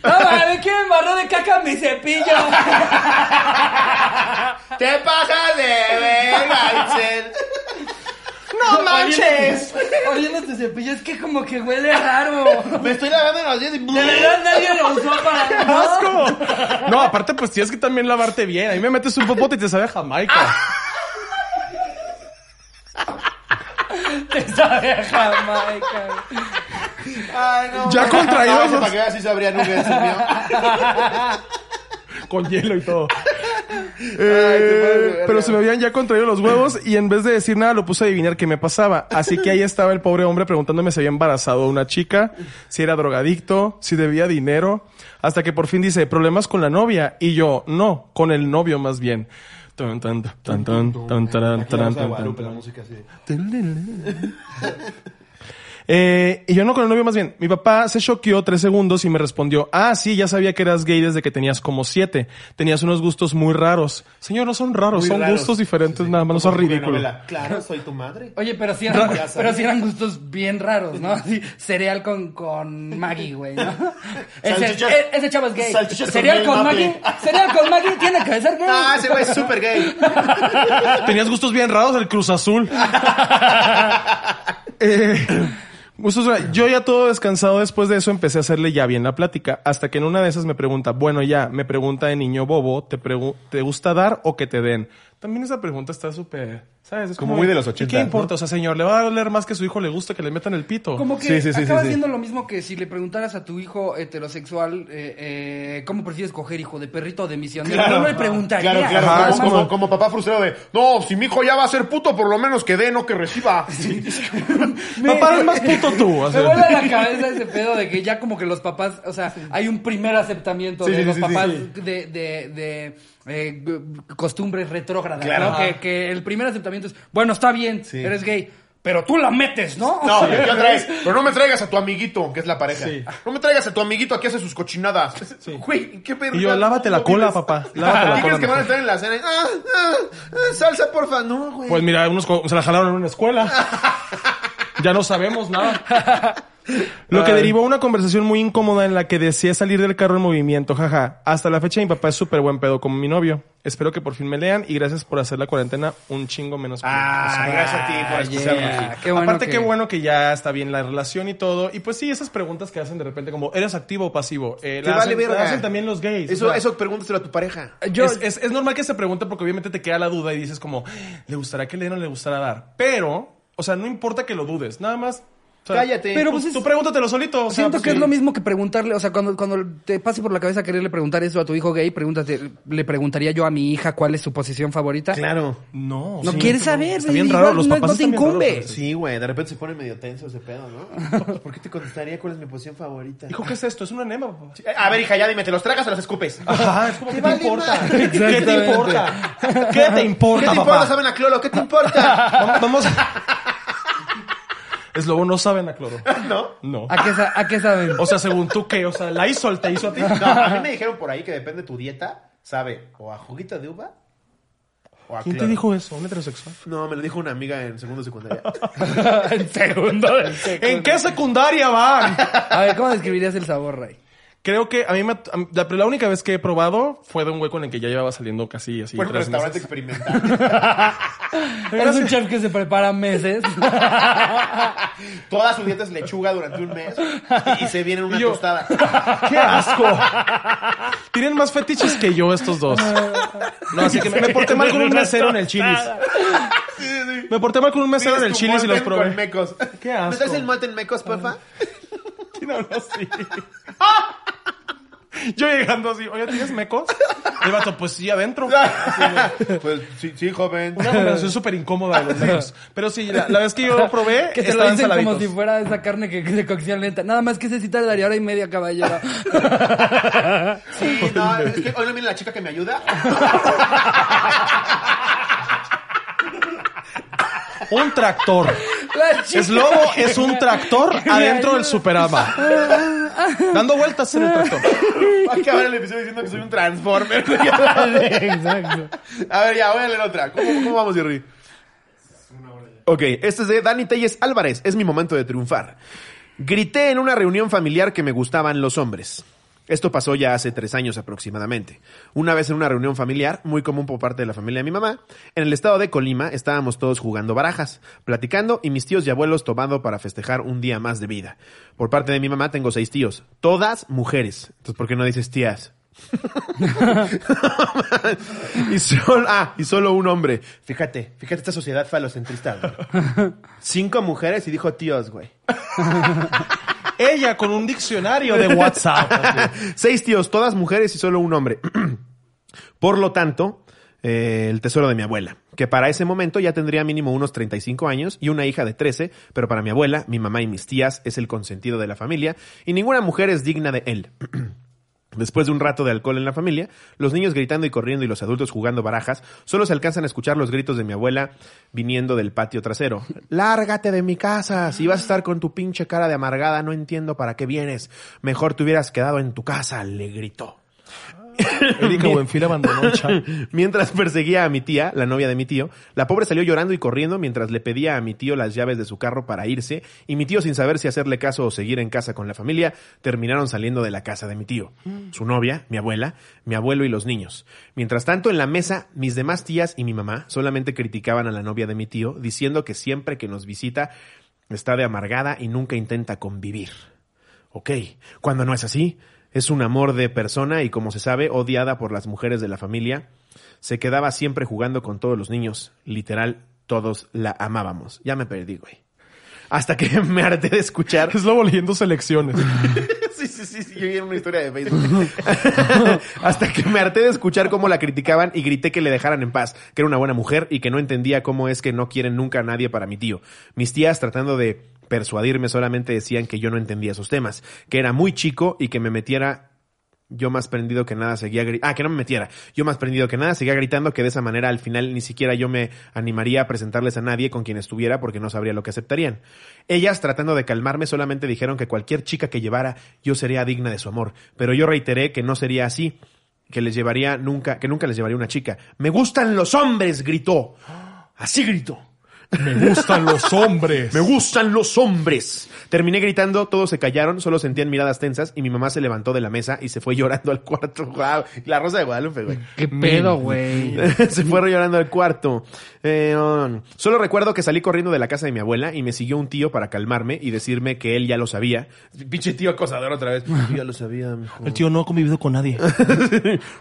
Speaker 1: No, mames, ¿quién me embarró de caca mi cepillo?
Speaker 4: ¿Te pasas de verga, Itzel? ¡No manches!
Speaker 1: Oyendo este cepillo, es que como que huele raro.
Speaker 4: Me estoy lavando los dientes
Speaker 1: De verdad nadie lo usó para
Speaker 3: ¡Asco! No, aparte, pues tienes que también lavarte bien. Ahí me metes un popote y te sabe a Jamaica.
Speaker 2: Ah,
Speaker 1: Te sabe a Jamaica.
Speaker 4: Ay, no.
Speaker 2: Ah,
Speaker 3: Ya contraído
Speaker 4: No, ese
Speaker 3: esos-
Speaker 4: para que veas si sabría nunca ese mío.
Speaker 3: con hielo y todo. Eh, pero se me habían ya contraído los huevos y en vez de decir nada lo puse a adivinar qué me pasaba. Así que ahí estaba el pobre hombre preguntándome si había embarazado una chica, si era drogadicto, si debía dinero, hasta que por fin dice, problemas con la novia. Y yo, no, con el novio más bien. Tan, tan, tan, tan, tan, tarán,
Speaker 2: Aquí la
Speaker 3: tarán,
Speaker 2: Rosa de
Speaker 3: tan, tan.
Speaker 2: Guadalupe, la música así.
Speaker 3: Eh, y yo no con el novio, más bien. Mi papá se choqueó tres segundos y me respondió, ah, sí, ya sabía que eras gay desde que tenías como siete. Tenías unos gustos muy raros. Señor, no son raros,
Speaker 2: Muy
Speaker 3: son
Speaker 2: raros.
Speaker 3: gustos diferentes, nada más, no son
Speaker 2: Como en
Speaker 3: ridículos.
Speaker 2: novela. Claro, soy tu madre.
Speaker 1: Oye, pero sí eran, pero sí eran gustos bien raros, ¿no? Así, cereal con, con Maggie, güey, ¿no? Ese,
Speaker 4: Salchichas-
Speaker 1: e- ese chavo es gay.
Speaker 4: salchichas con
Speaker 1: Cereal
Speaker 4: miel
Speaker 1: con
Speaker 4: maple.
Speaker 1: Maggie. Cereal con Maggie tiene que ser gay.
Speaker 4: Ah, ese güey es súper gay.
Speaker 2: Ah,
Speaker 3: Tenías gustos bien raros, el Cruz Azul. Eh, gustos raros. yo ya todo descansado después de eso empecé a hacerle ya bien la plática. Hasta que en una de esas me pregunta, bueno, ya, me pregunta de niño bobo, ¿te, pregu- te gusta dar o que te den? También esa pregunta está súper, ¿sabes? Es
Speaker 2: Como muy de los
Speaker 3: ¿y
Speaker 2: 80,
Speaker 3: ¿Qué
Speaker 2: ¿no?
Speaker 3: importa? O sea, señor, le va a doler más que su hijo le gusta que le metan el pito.
Speaker 1: Como que
Speaker 2: Sí, sí, sí,
Speaker 1: acaba
Speaker 2: sí, sí.
Speaker 1: siendo lo mismo que si le preguntaras a tu hijo heterosexual eh, eh, cómo prefieres coger hijo de perrito o de misionero. no le preguntaría.
Speaker 2: Claro, claro.
Speaker 3: Ajá,
Speaker 2: como,
Speaker 3: es como-
Speaker 2: como- como papá frustrado de, no, si mi hijo ya va a ser puto, por lo menos que dé, no que reciba.
Speaker 1: Me-
Speaker 3: Papá, eres más puto tú. Uh, o
Speaker 1: Me
Speaker 3: sea.
Speaker 1: vuelve a la cabeza ese pedo de que ya como que los papás, o sea, hay un primer aceptamiento
Speaker 2: Sí,
Speaker 1: de
Speaker 2: sí,
Speaker 1: los
Speaker 2: sí, sí,
Speaker 1: papás
Speaker 2: sí.
Speaker 1: de, de, de, eh, g- costumbres retrógradas,
Speaker 2: Claro.
Speaker 1: ¿no? Que, que el primer aceptamiento es, bueno, está bien, eres gay, pero tú la metes, ¿no?
Speaker 2: No, ¿qué otra vez? Pero no me traigas a tu amiguito, que es la pareja. No me traigas a tu amiguito aquí hace sus cochinadas. Güey, qué verga.
Speaker 3: Y yo, lávate la
Speaker 2: ¿Cómo
Speaker 3: cola,
Speaker 2: vives?
Speaker 3: papá. Lávate
Speaker 2: ¿Qué
Speaker 3: la
Speaker 2: crees que van a
Speaker 3: cola.
Speaker 2: estar en la cena? Ah, ah, ah, salsa, porfa. No, güey.
Speaker 3: Pues mira, unos co- se la jalaron en una escuela. Ya no sabemos nada. Lo que
Speaker 2: Ay.
Speaker 3: derivó a una conversación muy incómoda en la que deseé salir del carro en movimiento, jaja. Hasta la fecha mi papá es súper buen pedo como mi novio. Espero que por fin me lean y gracias por hacer la cuarentena un chingo menos. peligrosa.
Speaker 2: Ah, gracias a ti por escucharnos.
Speaker 1: yeah. qué bueno
Speaker 3: Aparte,
Speaker 1: que-
Speaker 3: qué bueno que ya está bien la relación y todo. Y pues sí, esas preguntas que hacen de repente como, ¿eres activo o pasivo? Eh,
Speaker 2: Te
Speaker 3: la
Speaker 2: vale
Speaker 3: hacen, la
Speaker 2: verga.
Speaker 3: hacen también los gays.
Speaker 2: Eso,
Speaker 3: o sea,
Speaker 2: eso pregúntaselo a tu pareja.
Speaker 1: Yo,
Speaker 3: es, es- es normal que se pregunte porque obviamente te queda la duda y dices como, ¿le gustará que le den o le gustará dar? Pero, o sea, no importa que lo dudes, nada más. o sea,
Speaker 4: Cállate.
Speaker 1: Pero
Speaker 3: Pero
Speaker 1: pues es-
Speaker 3: tú pregúntatelo solito. o sea,
Speaker 1: Siento
Speaker 3: pues,
Speaker 1: que es
Speaker 3: sí.
Speaker 1: lo mismo que preguntarle, o sea, cuando, cuando te pase por la cabeza quererle preguntar eso a tu hijo gay, pregúntate, le preguntaría yo a mi hija cuál es su posición favorita.
Speaker 2: Claro.
Speaker 3: No,
Speaker 1: No
Speaker 3: sí,
Speaker 1: quieres
Speaker 3: pero
Speaker 1: saber,
Speaker 3: Está bien
Speaker 1: igual
Speaker 3: raro, los
Speaker 1: no-
Speaker 3: papás
Speaker 1: no te
Speaker 3: están bien raros,
Speaker 1: incumbe.
Speaker 3: pero sí.
Speaker 4: Sí, güey, de repente se pone medio tenso ese pedo, ¿no? ¿Por qué te contestaría cuál es mi posición favorita?
Speaker 3: Hijo, ¿qué es esto? Es un enema, papá.
Speaker 2: A ver, hija, ya dime, ¿te los tragas o los escupes?
Speaker 4: Ah,
Speaker 3: Ajá, es como, ¿qué te
Speaker 4: vale
Speaker 3: importa?
Speaker 4: madre.
Speaker 3: ¿Qué te importa? ¿Qué te importa,
Speaker 4: ¿Qué te
Speaker 3: papá?
Speaker 4: importa, saben a Clolo? ¿Qué te importa?
Speaker 3: Vamos- Vamos a... Es lobo, no saben a cloro.
Speaker 2: ¿No?
Speaker 3: No.
Speaker 1: ¿A qué, sa- a qué saben?
Speaker 3: O sea, según tú, ¿qué? O sea, ¿la hizo el te hizo a ti?
Speaker 2: No, a mí me dijeron por ahí que depende de tu dieta, sabe o a juguito de uva o a
Speaker 3: ¿Quién te
Speaker 2: cloro.
Speaker 3: dijo eso? ¿Un heterosexual?
Speaker 2: No, me lo dijo una amiga en segundo de secundaria.
Speaker 1: en segundo del segundo.
Speaker 3: ¿En qué secundaria van?
Speaker 1: A ver, ¿cómo describirías el sabor, Ray?
Speaker 3: Creo que a mí me... a mí- La, la única vez que he probado fue de un güey con el que ya llevaba saliendo casi así.
Speaker 2: Fue en un
Speaker 3: tres
Speaker 2: restaurante
Speaker 3: meses.
Speaker 2: experimental.
Speaker 1: Eres un chef que se prepara meses.
Speaker 2: Toda su dieta es lechuga durante un mes y se viene una
Speaker 3: Y yo-
Speaker 2: tostada.
Speaker 3: ¡Qué asco! Tienen más fetiches que yo estos dos. No, así que me, me porté mal con un mesero en el chilis. Me porté mal con un mesero en el
Speaker 2: Tu
Speaker 3: chilis y los
Speaker 2: molten con
Speaker 3: probé.
Speaker 2: mecos.
Speaker 3: Qué asco.
Speaker 2: ¿Me traes el molten mecos, porfa?
Speaker 4: Ah.
Speaker 3: ¿Quién habló así? Yo llegando así, oye, ¿tienes mecos? Y el vato, pues sí, adentro.
Speaker 2: pues sí, sí, joven.
Speaker 3: Una conversación súper incómoda de los mecos. Pero sí, la, la vez que yo lo probé,
Speaker 1: Que te lo
Speaker 3: estaban
Speaker 1: dicen como
Speaker 3: saladitos.
Speaker 1: si fuera esa carne que que de cocción lenta. Nada más que se cita daría hora y media, caballero.
Speaker 2: Sí, no, es que hoy no viene la chica que me ayuda.
Speaker 3: Un tractor.
Speaker 1: La chica.
Speaker 3: Es lobo, es un tractor adentro del superama. Dando vueltas en el tractor.
Speaker 4: Va a acabar el episodio diciendo que soy un Transformer.
Speaker 5: Exacto.
Speaker 4: A ver, ya, voy a leer otra. ¿Cómo, cómo vamos, Jerry?
Speaker 2: Ok, este es de Dani Telles Álvarez. Es mi momento de triunfar. Grité en una reunión familiar que me gustaban los hombres. Esto pasó ya hace tres años aproximadamente. Una vez en una reunión familiar, muy común por parte de la familia de mi mamá, en el estado de Colima estábamos todos jugando barajas, platicando y mis tíos y abuelos tomando para festejar un día más de vida. Por parte de mi mamá tengo seis tíos, todas mujeres. Entonces, ¿por qué no dices tías? y solo, ah, y solo un hombre. Fíjate, fíjate esta sociedad falocentrista, güey. Cinco mujeres y dijo tíos, güey.
Speaker 3: Ella con un diccionario de WhatsApp.
Speaker 2: Seis tíos, todas mujeres y solo un hombre. Por lo tanto, eh, el tesoro de mi abuela, que para ese momento ya tendría mínimo unos 35 años y una hija de 13, pero para mi abuela, mi mamá y mis tías es el consentido de la familia y ninguna mujer es digna de él. Después de un rato de alcohol en la familia, los niños gritando y corriendo y los adultos jugando barajas, solo se alcanzan a escuchar los gritos de mi abuela viniendo del patio trasero. Lárgate de mi casa, si vas a estar con tu pinche cara de amargada, no entiendo para qué vienes. Mejor te hubieras quedado en tu casa, le gritó.
Speaker 3: Erika Buenfil abandonó el chat.
Speaker 2: Mientras perseguía a mi tía, la novia de mi tío, la pobre salió llorando y corriendo mientras le pedía a mi tío las llaves de su carro para irse y mi tío sin saber si hacerle caso o seguir en casa con la familia, terminaron saliendo de la casa de mi tío. Su novia, mi abuela, mi abuelo y los niños. Mientras tanto, en la mesa, mis demás tías y mi mamá solamente criticaban a la novia de mi tío diciendo que siempre que nos visita está de amargada y nunca intenta convivir. Ok, cuando no es así, es un amor de persona y como se sabe, odiada por las mujeres de la familia, se quedaba siempre jugando con todos los niños, literal, todos la amábamos. Ya me perdí, güey. Hasta que me harté de escuchar
Speaker 3: Es lobo leyendo selecciones.
Speaker 2: sí, sí, sí, sí, yo vi en una historia de Facebook. Hasta que me harté de escuchar cómo la criticaban y grité que le dejaran en paz, que era una buena mujer y que no entendía cómo es que no quieren nunca a nadie para mi tío. Mis tías tratando de persuadirme solamente decían que yo no entendía esos temas, que era muy chico y que me metiera yo más prendido que nada seguía gri- Ah, que no me metiera. Yo más prendido que nada seguía gritando que de esa manera al final ni siquiera yo me animaría a presentarles a nadie con quien estuviera porque no sabría lo que aceptarían. Ellas, tratando de calmarme, solamente dijeron que cualquier chica que llevara yo sería digna de su amor. Pero yo reiteré que no sería así. Que les llevaría nunca, que nunca les llevaría una chica. ¡Me gustan los hombres! gritó. Así gritó.
Speaker 3: Me gustan los hombres.
Speaker 2: Me gustan los hombres. Terminé gritando, todos se callaron, solo sentían miradas tensas y mi mamá se levantó de la mesa y se fue llorando al cuarto. Guau, La Rosa de Guadalupe, güey.
Speaker 1: Qué pedo, güey.
Speaker 2: se fue llorando al cuarto. Eh, um, solo recuerdo que salí corriendo de la casa de mi abuela y me siguió un tío para calmarme y decirme que él ya lo sabía. Pinche tío acosador otra vez. Yo ya lo sabía, mijo.
Speaker 3: El tío no ha convivido con nadie.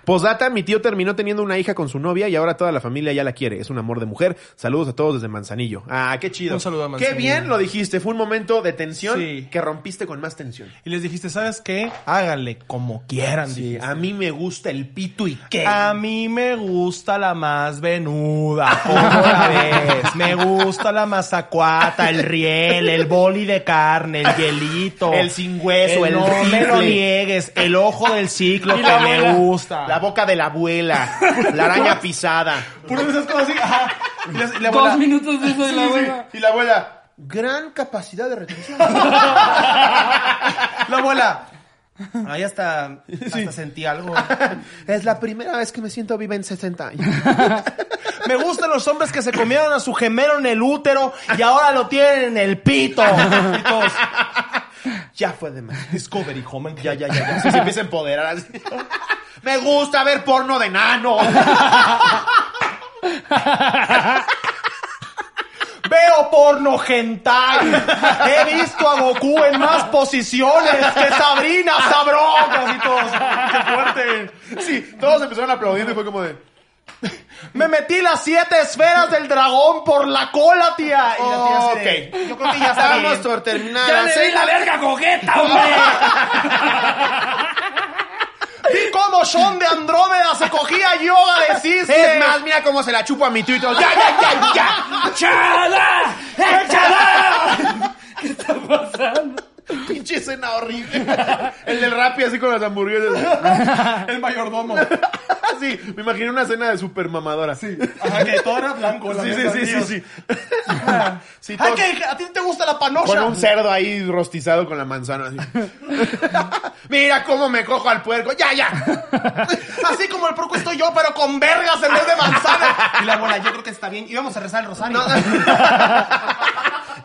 Speaker 2: Posdata, mi tío terminó teniendo una hija con su novia y ahora toda la familia ya la quiere. Es un amor de mujer. Saludos a todos desde Manzanillo. Ah, qué chido.
Speaker 3: Un saludo a
Speaker 2: Qué
Speaker 3: Manzanillo.
Speaker 2: bien lo dijiste. Fue un momento de tensión
Speaker 3: Sí.
Speaker 2: que rompiste con más tensión.
Speaker 3: Y les dijiste, ¿sabes qué? Háganle como quieran.
Speaker 2: Sí,
Speaker 3: dijiste.
Speaker 2: a mí me gusta el pito y qué.
Speaker 3: A mí me gusta la más venuda, ¿cómo la ves? Me gusta la mazacuata, el riel, el boli de carne, el hielito.
Speaker 2: El sin hueso, el
Speaker 3: No me lo
Speaker 2: rifle.
Speaker 3: niegues, el ojo del ciclo
Speaker 2: Y
Speaker 3: que
Speaker 2: la
Speaker 3: me
Speaker 2: abuela.
Speaker 3: gusta.
Speaker 2: La boca de la abuela. la araña pisada.
Speaker 3: Puro de esas cosas así, ajá. Y la- y la abuela,
Speaker 1: Dos minutos de eso de la abuela.
Speaker 2: Y la abuela. Gran capacidad de retención.
Speaker 3: la abuela,
Speaker 4: Ahí hasta, hasta sentí algo.
Speaker 2: es la primera vez que me siento viva en 60 años.
Speaker 3: me gustan los hombres que se comieron a su gemelo en el útero y ahora lo tienen en el pito. Y todos,
Speaker 2: ya fue de más.
Speaker 3: Discovery Home.
Speaker 2: Ya, ya, ya, ya. Sí, se empieza a empoderar así. Me gusta ver porno de nano.
Speaker 3: Veo porno hentai. He visto a Goku en más posiciones que Sabrina Sabrón. Así todos. Qué fuerte.
Speaker 2: Sí, todos empezaron aplaudiendo y fue como de.
Speaker 3: Me metí las siete esferas del dragón por la cola, tía. Y la tía así de,
Speaker 2: Ok.
Speaker 3: Yo creo que ya está bien.
Speaker 2: por terminar.
Speaker 1: ¡Ya le di la verga cojeta, hombre!
Speaker 3: Vi cómo Sean de Andrómeda se cogía yoga de cisne.
Speaker 2: Es más, mira cómo se la chupo a mi tuito. ¡Ya, ya, ya, ya!
Speaker 1: ¡Chala! ¡Échala! ¿Qué está pasando?
Speaker 2: Pinche escena horrible. El del rapi así con las hamburguesas.
Speaker 3: el mayordomo.
Speaker 2: sí, me imaginé una cena de super mamadora. Sí.
Speaker 3: Ajá, que todo era blanco. la
Speaker 2: Sí, sí,
Speaker 3: neta,
Speaker 2: sí, sí,
Speaker 3: Dios.
Speaker 2: sí. Sí,
Speaker 4: Ay,
Speaker 2: todo-
Speaker 4: que a ti no te gusta la
Speaker 2: Con
Speaker 4: panocha.
Speaker 2: un cerdo ahí rostizado con la manzana. así. Mira cómo me cojo al puerco. Ya, ya.
Speaker 4: Así como el porco estoy yo, pero con vergas en vez de manzana. Y la abuela, yo creo que está bien. Y vamos a rezar el rosario.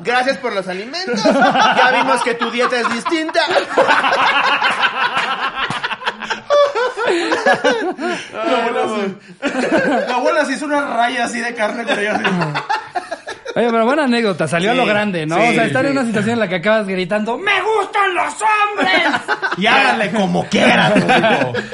Speaker 4: Gracias por los alimentos. Ya vimos que tu dieta es distinta.
Speaker 3: La abuela, sí. La abuela se hizo una raya así de carne con ella. así.
Speaker 1: Oye, pero buena anécdota, salió a lo grande, ¿no?
Speaker 2: sí,
Speaker 1: o sea, estar en
Speaker 2: sí.
Speaker 1: una situación en la que acabas gritando, ¡Me gustan los hombres!
Speaker 4: Y háganle como quieran.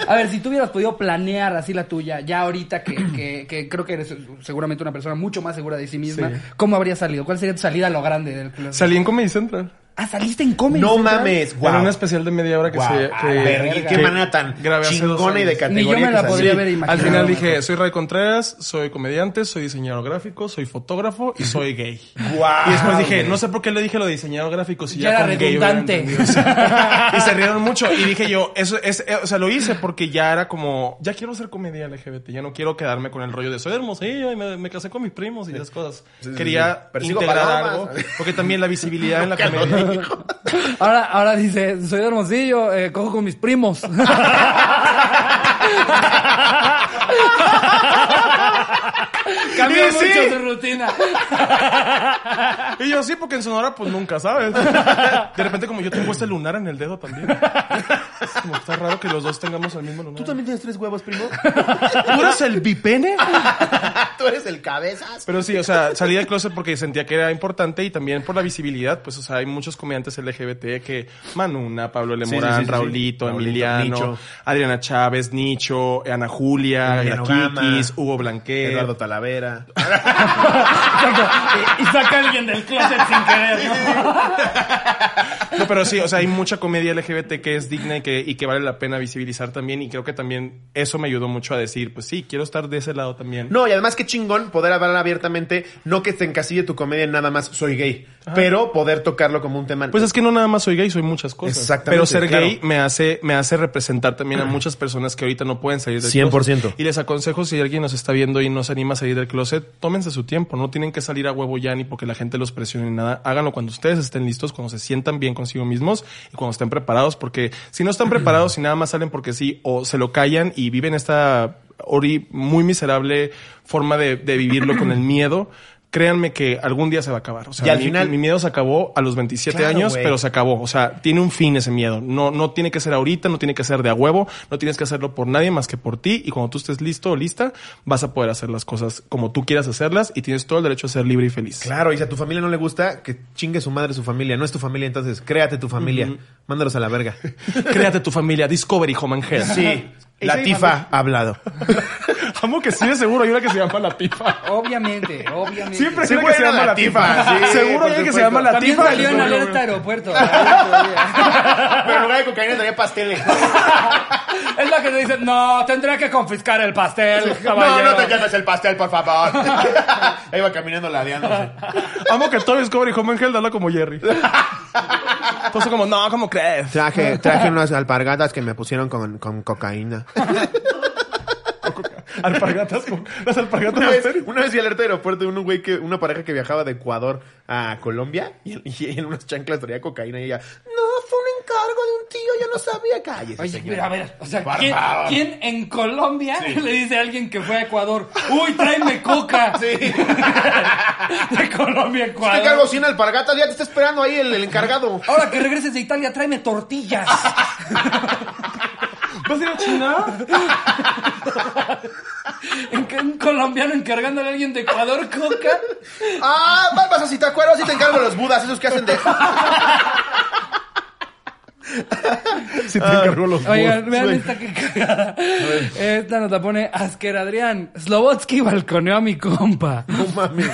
Speaker 1: A ver, si tú hubieras podido planear así la tuya, ya ahorita que, que- que creo que eres seguramente una persona mucho más segura de sí misma, ¿cómo habría salido? ¿Cuál sería tu salida a lo grande del club?
Speaker 3: Salí en Comedy Central.
Speaker 1: ah, saliste en Comedy
Speaker 2: No
Speaker 1: Central?
Speaker 2: mames,
Speaker 3: Era
Speaker 2: guau.
Speaker 3: un especial de media hora que
Speaker 2: Guau,
Speaker 3: se.
Speaker 2: a
Speaker 3: Que,
Speaker 2: la verga,
Speaker 3: que-
Speaker 2: qué manera tan
Speaker 3: grabé hace dos
Speaker 2: chingona y de
Speaker 3: años.
Speaker 2: categoría.
Speaker 1: Ni yo me la
Speaker 2: que
Speaker 1: podría
Speaker 2: salí.
Speaker 1: haber
Speaker 3: Al
Speaker 1: imaginado.
Speaker 3: final
Speaker 1: mejor.
Speaker 3: dije, soy Ray Contreras, soy comediante, soy diseñador gráfico, soy fotógrafo y soy gay.
Speaker 2: Guau,
Speaker 3: y después dije,
Speaker 2: güey.
Speaker 3: no sé por qué le dije lo de diseñador gráfico si
Speaker 1: Ya
Speaker 3: ya,
Speaker 1: era
Speaker 3: con gay hubiera
Speaker 1: redundante.
Speaker 3: entendido, sí. y se rieron mucho y dije yo, eso es eh, o sea, lo hice porque ya era como, ya quiero hacer comedia LGBT, ya no quiero quedarme con el rollo de soy hermosillo y me, me casé con mis primos y esas cosas.
Speaker 2: Sí, sí, sí.
Speaker 3: Quería
Speaker 2: Persigo
Speaker 3: integrar
Speaker 2: palomas.
Speaker 3: algo porque también la visibilidad en la comedia.
Speaker 1: Ahora, ahora dice, soy de Hermosillo, eh, cojo con mis primos. Cambió
Speaker 3: Y sí.
Speaker 1: mucho su rutina.
Speaker 3: Y yo sí, porque en Sonora pues nunca, ¿sabes? De repente como yo tengo este lunar en el dedo también. Es como está raro que los dos tengamos el mismo lunar.
Speaker 4: ¿Tú también tienes tres huevos, primo?
Speaker 3: ¿Tú eres el bipene?
Speaker 4: Tú eres el cabezas.
Speaker 3: Pero sí, o sea, salí del closet porque sentía que era importante y también por la visibilidad, pues, o sea, hay muchos comediantes LGBT que Manuna, Pablo L.
Speaker 2: Sí,
Speaker 3: Morán,
Speaker 2: sí, sí, sí, sí.
Speaker 3: Raulito,
Speaker 2: Raulito,
Speaker 3: Emiliano,
Speaker 2: Nicho.
Speaker 3: Adriana Chávez, Nicho, Ana Julia,
Speaker 2: Emiliano
Speaker 3: Kikis,
Speaker 2: Gama,
Speaker 3: Hugo Blanquet.
Speaker 2: Eduardo Talavera.
Speaker 1: Exacto. Y, y saca a alguien del closet sin querer. ¿no?
Speaker 3: No, pero sí, o sea, hay mucha comedia LGBT que es digna y que, y que vale la pena visibilizar también y creo que también eso me ayudó mucho a decir, pues sí, quiero estar de ese lado también.
Speaker 2: No, y además qué chingón poder hablar abiertamente, no que te encasille tu comedia en nada más soy gay, pero poder tocarlo como un tema.
Speaker 3: Pues es que no nada más soy gay, soy muchas cosas.
Speaker 2: Exactamente,
Speaker 3: Pero ser
Speaker 2: claro.
Speaker 3: gay me hace, me hace representar también a muchas personas que ahorita no pueden salir del
Speaker 2: 100%.
Speaker 3: closet. Y les aconsejo si alguien nos está viendo y no se anima a salir del closet, tómense su tiempo. No tienen que salir a huevo ya ni porque la gente los presione ni nada. Háganlo cuando ustedes estén listos, cuando se sientan bien consigo mismos y cuando estén preparados. Porque si no están preparados y nada más salen porque sí, o se lo callan y viven esta ori muy miserable forma de, de vivirlo con el miedo. Créanme que algún día se va a acabar. O sea,
Speaker 2: Y al
Speaker 3: mi-
Speaker 2: final-
Speaker 3: mi miedo se acabó a los 27 siete
Speaker 2: Claro,
Speaker 3: años,
Speaker 2: güey.
Speaker 3: pero se acabó. O sea, tiene un fin ese miedo. No, no tiene que ser ahorita, no tiene que ser de a huevo, no tienes que hacerlo por nadie más que por ti. Y cuando tú estés listo o lista, vas a poder hacer las cosas como tú quieras hacerlas y tienes todo el derecho a ser libre y feliz.
Speaker 2: Claro, y si a tu familia no le gusta, que chingue su madre su familia. No es tu familia, entonces créate tu familia. Mándalos a la verga.
Speaker 3: Créate tu familia, Discovery Home and Health.
Speaker 2: Sí,
Speaker 4: sí,
Speaker 2: la tifa ha hablado.
Speaker 3: Amo que sí, de seguro hay una que se llama La Tifa.
Speaker 1: Obviamente, obviamente.
Speaker 3: Siempre
Speaker 2: Sí,
Speaker 3: hay una que se
Speaker 2: bueno,
Speaker 3: llama
Speaker 2: La
Speaker 3: La
Speaker 2: Tifa,
Speaker 3: Tifa.
Speaker 2: sí,
Speaker 3: seguro
Speaker 2: por
Speaker 3: hay una que se
Speaker 2: supuesto.
Speaker 3: llama La
Speaker 1: También
Speaker 3: Tifa.
Speaker 1: salió en alerta aeropuerto. Es
Speaker 2: Pero en lugar de cocaína traía pasteles.
Speaker 1: la que te dicen, no, tendría que confiscar el pastel,
Speaker 2: No,
Speaker 1: caballero.
Speaker 2: no te llames el pastel, por favor. Ahí va caminando ladeándose.
Speaker 3: Amo que todo Discovery Home and Health habla como Jerry. Entonces como, no, ¿cómo crees?
Speaker 2: Traje, traje unas alpargatas que me pusieron con, con cocaína.
Speaker 3: Alpargatas, como- las alpargatas.
Speaker 2: Una
Speaker 3: en
Speaker 2: vez,
Speaker 3: serio.
Speaker 2: una vez vi alerta de aeropuerto de un güey que, una pareja que viajaba de Ecuador a Colombia y, y en unas chanclas traía cocaína y ella, no, fue un encargo de un tío, yo no sabía calles.
Speaker 1: Oye, pero a ver, o sea,
Speaker 2: Por
Speaker 1: ¿quién,
Speaker 2: favor.
Speaker 1: quién en Colombia le dice a alguien que fue a Ecuador, uy, tráeme coca? De Colombia a
Speaker 2: Te cargo
Speaker 1: Ecuador.
Speaker 2: sin alpargatas, ya te está esperando ahí el, el encargado.
Speaker 1: Ahora que regreses de Italia, tráeme tortillas.
Speaker 3: ¿Vas a ir a China?
Speaker 1: En- un colombiano encargándole a alguien de Ecuador coca.
Speaker 2: Ah, va- vas a citar cueros y te encargo los budas, esos que hacen de... Si te
Speaker 4: Ah,
Speaker 2: encargo los
Speaker 1: Oigan, vean esta que cagada. Esta nos la pone Asker Adrián. Slobotsky balconeó a mi compa. No mames.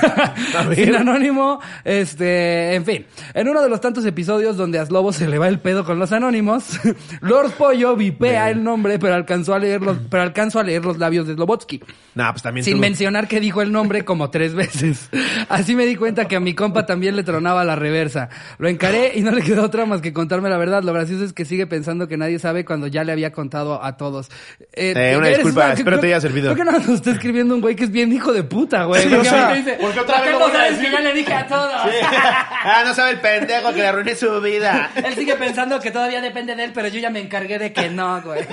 Speaker 1: Sin anónimo, este, en fin. En uno de los tantos episodios donde a Slobo se le va el pedo con los anónimos, Lord Pollo vipea el nombre, pero alcanzó a leer los, pero alcanzó a leer los labios de Slobotsky.
Speaker 2: Nah, pues también
Speaker 1: Sin
Speaker 2: tú-
Speaker 1: mencionar que dijo el nombre como tres veces. Así me di cuenta que a mi compa también le tronaba la reversa. Lo encaré y no le quedó otra más que contarme la verdad. Lo gracioso gracioso es que sigue pensando que nadie sabe cuando ya le había contado a todos.
Speaker 2: Eh, una
Speaker 1: eres
Speaker 2: disculpa,
Speaker 1: una-
Speaker 2: espero te haya
Speaker 1: creo-
Speaker 2: servido.
Speaker 1: Creo que nos lo está escribiendo un güey que es bien hijo de puta, güey.
Speaker 3: Sí,
Speaker 1: Porque
Speaker 3: o sea,
Speaker 1: ahorita dice,
Speaker 4: porque otra
Speaker 1: "¿Por
Speaker 4: vez
Speaker 1: qué no
Speaker 4: lo voy a
Speaker 1: sabes
Speaker 4: decir?"
Speaker 1: que ya le dije a todos?
Speaker 4: ah, no sabe el pendejo que le arruiné su vida.
Speaker 1: Él sigue pensando que todavía depende de él, pero yo ya me encargué de que no, güey.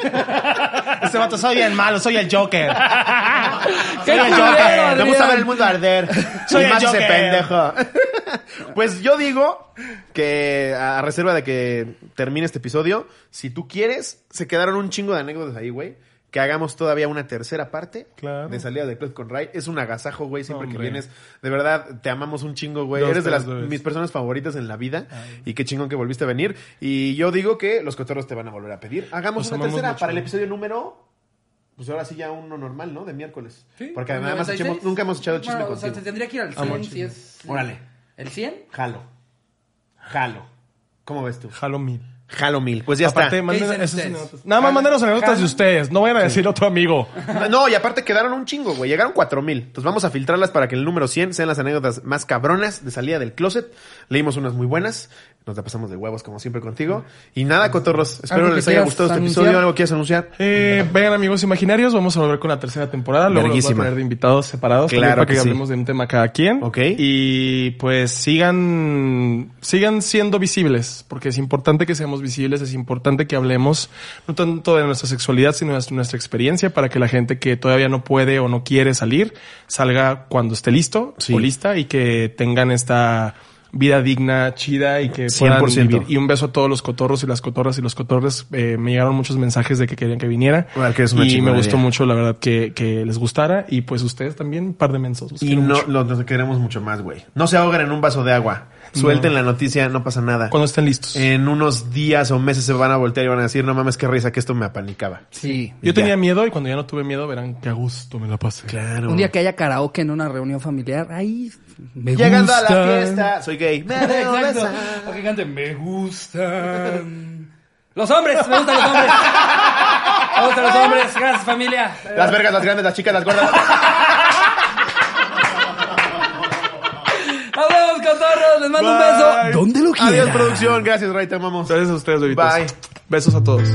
Speaker 4: Este vato soy el malo, soy el Joker.
Speaker 1: ¡Qué
Speaker 4: Soy el
Speaker 1: culero,
Speaker 4: Joker. Me
Speaker 1: Adrián!
Speaker 4: gusta ver el mundo arder.
Speaker 3: Soy
Speaker 4: Soy
Speaker 3: el
Speaker 4: más ese
Speaker 3: Joker.
Speaker 4: pendejo.
Speaker 2: Pues yo digo que a reserva de que termine este episodio, si tú quieres, se quedaron un chingo de anécdotas ahí, güey. Que hagamos todavía una tercera parte
Speaker 3: Claro.
Speaker 2: de salida de Club con Ray. Es un agasajo, güey, siempre que
Speaker 3: Hombre.
Speaker 2: vienes. De verdad, te amamos un chingo, güey.
Speaker 3: Dos,
Speaker 2: Eres de las,
Speaker 3: tres, dos.
Speaker 2: mis personas favoritas en la vida. Y qué chingón que volviste a venir. Y yo digo que los cotorros te van a volver a pedir. Hagamos
Speaker 3: Los
Speaker 2: una
Speaker 3: amamos
Speaker 2: tercera
Speaker 3: mucho.
Speaker 2: para el episodio número... Pues ahora sí ya uno normal, ¿no? De miércoles. Porque además
Speaker 1: 96.
Speaker 2: echemos- nunca hemos echado chisme
Speaker 1: Bueno,
Speaker 2: contigo.
Speaker 1: O sea, se tendría que ir al 100 si es...
Speaker 2: Órale.
Speaker 1: ¿El 100?
Speaker 2: Jalo. Jalo. ¿Cómo ves tú?
Speaker 3: Jalo mil.
Speaker 2: Jalo mil. Pues ya
Speaker 3: Aparte,
Speaker 1: ¿Qué
Speaker 3: manden-
Speaker 1: dicen
Speaker 3: esas
Speaker 1: ustedes?
Speaker 3: anécdotas. Nada más mándenos anécdotas de ustedes. No vayan a decirle a otro amigo.
Speaker 2: está. No, y aparte quedaron un chingo, güey. Llegaron cuatro mil. Entonces vamos a filtrarlas para que el número 100 sean las anécdotas más cabronas de salida del closet. Leímos unas muy buenas. Nos la pasamos de huevos, como siempre, contigo. Y nada, cotorros. Espero
Speaker 1: ¿Algo que
Speaker 2: les haya
Speaker 1: quieras
Speaker 2: gustado este
Speaker 1: anunciar?
Speaker 2: episodio. ¿Algo quieres anunciar?
Speaker 3: Eh, vengan amigos imaginarios, vamos a volver con la tercera temporada. Luego los voy a
Speaker 2: Verguísima.
Speaker 3: poner de invitados separados también
Speaker 2: Claro
Speaker 3: para que,
Speaker 2: que sí.
Speaker 3: hablemos de un tema cada quien.
Speaker 2: Ok.
Speaker 3: Y pues sigan, sigan siendo visibles, porque es importante que seamos visibles, es importante que hablemos no tanto de nuestra sexualidad, sino de nuestra- nuestra experiencia para que la gente que todavía no puede o no quiere salir salga cuando esté listo
Speaker 2: Sí.
Speaker 3: o lista y que tengan esta vida digna, chida y que puedan
Speaker 2: 100%.
Speaker 3: vivir. Y un beso a todos los cotorros y las cotorras y los cotorres. Eh, me llegaron muchos mensajes de que querían que viniera.
Speaker 2: Bueno, que es una
Speaker 3: y me
Speaker 2: chingonería.
Speaker 3: gustó mucho, la verdad, que, que les gustara. Y pues ustedes también, un par de mensos. los
Speaker 2: Y
Speaker 3: quiero
Speaker 2: no,
Speaker 3: mucho.
Speaker 2: los, los queremos mucho más, güey. No se ahogan en un vaso de agua. Suelten la noticia, no pasa nada.
Speaker 3: Cuando estén listos.
Speaker 2: En unos días o meses se van a voltear y van a decir, no mames, qué risa, que esto me apanicaba.
Speaker 1: Sí.
Speaker 3: Yo
Speaker 2: ya.
Speaker 3: tenía miedo y cuando ya no tuve miedo, verán que a gusto me la pasé.
Speaker 2: Claro.
Speaker 1: Un día que haya karaoke en una reunión familiar, ahí me
Speaker 2: Llegando a la
Speaker 1: gusta.
Speaker 2: fiesta, soy gay. Me debo
Speaker 1: Exacto.
Speaker 2: besar.
Speaker 1: Para que canten, me gustan. Los hombres, me gustan los hombres. Me gustan los hombres, gracias familia.
Speaker 2: Las vergas, las grandes, las chicas, las gordas.
Speaker 1: Nos vemos, cotorros, les mando un
Speaker 3: Bye.
Speaker 1: beso. ¿Dónde lo
Speaker 2: Adiós, producción. Gracias, Ray, te amamos.
Speaker 3: Gracias a ustedes, bebitos.
Speaker 2: Bye.
Speaker 3: Besos a todos.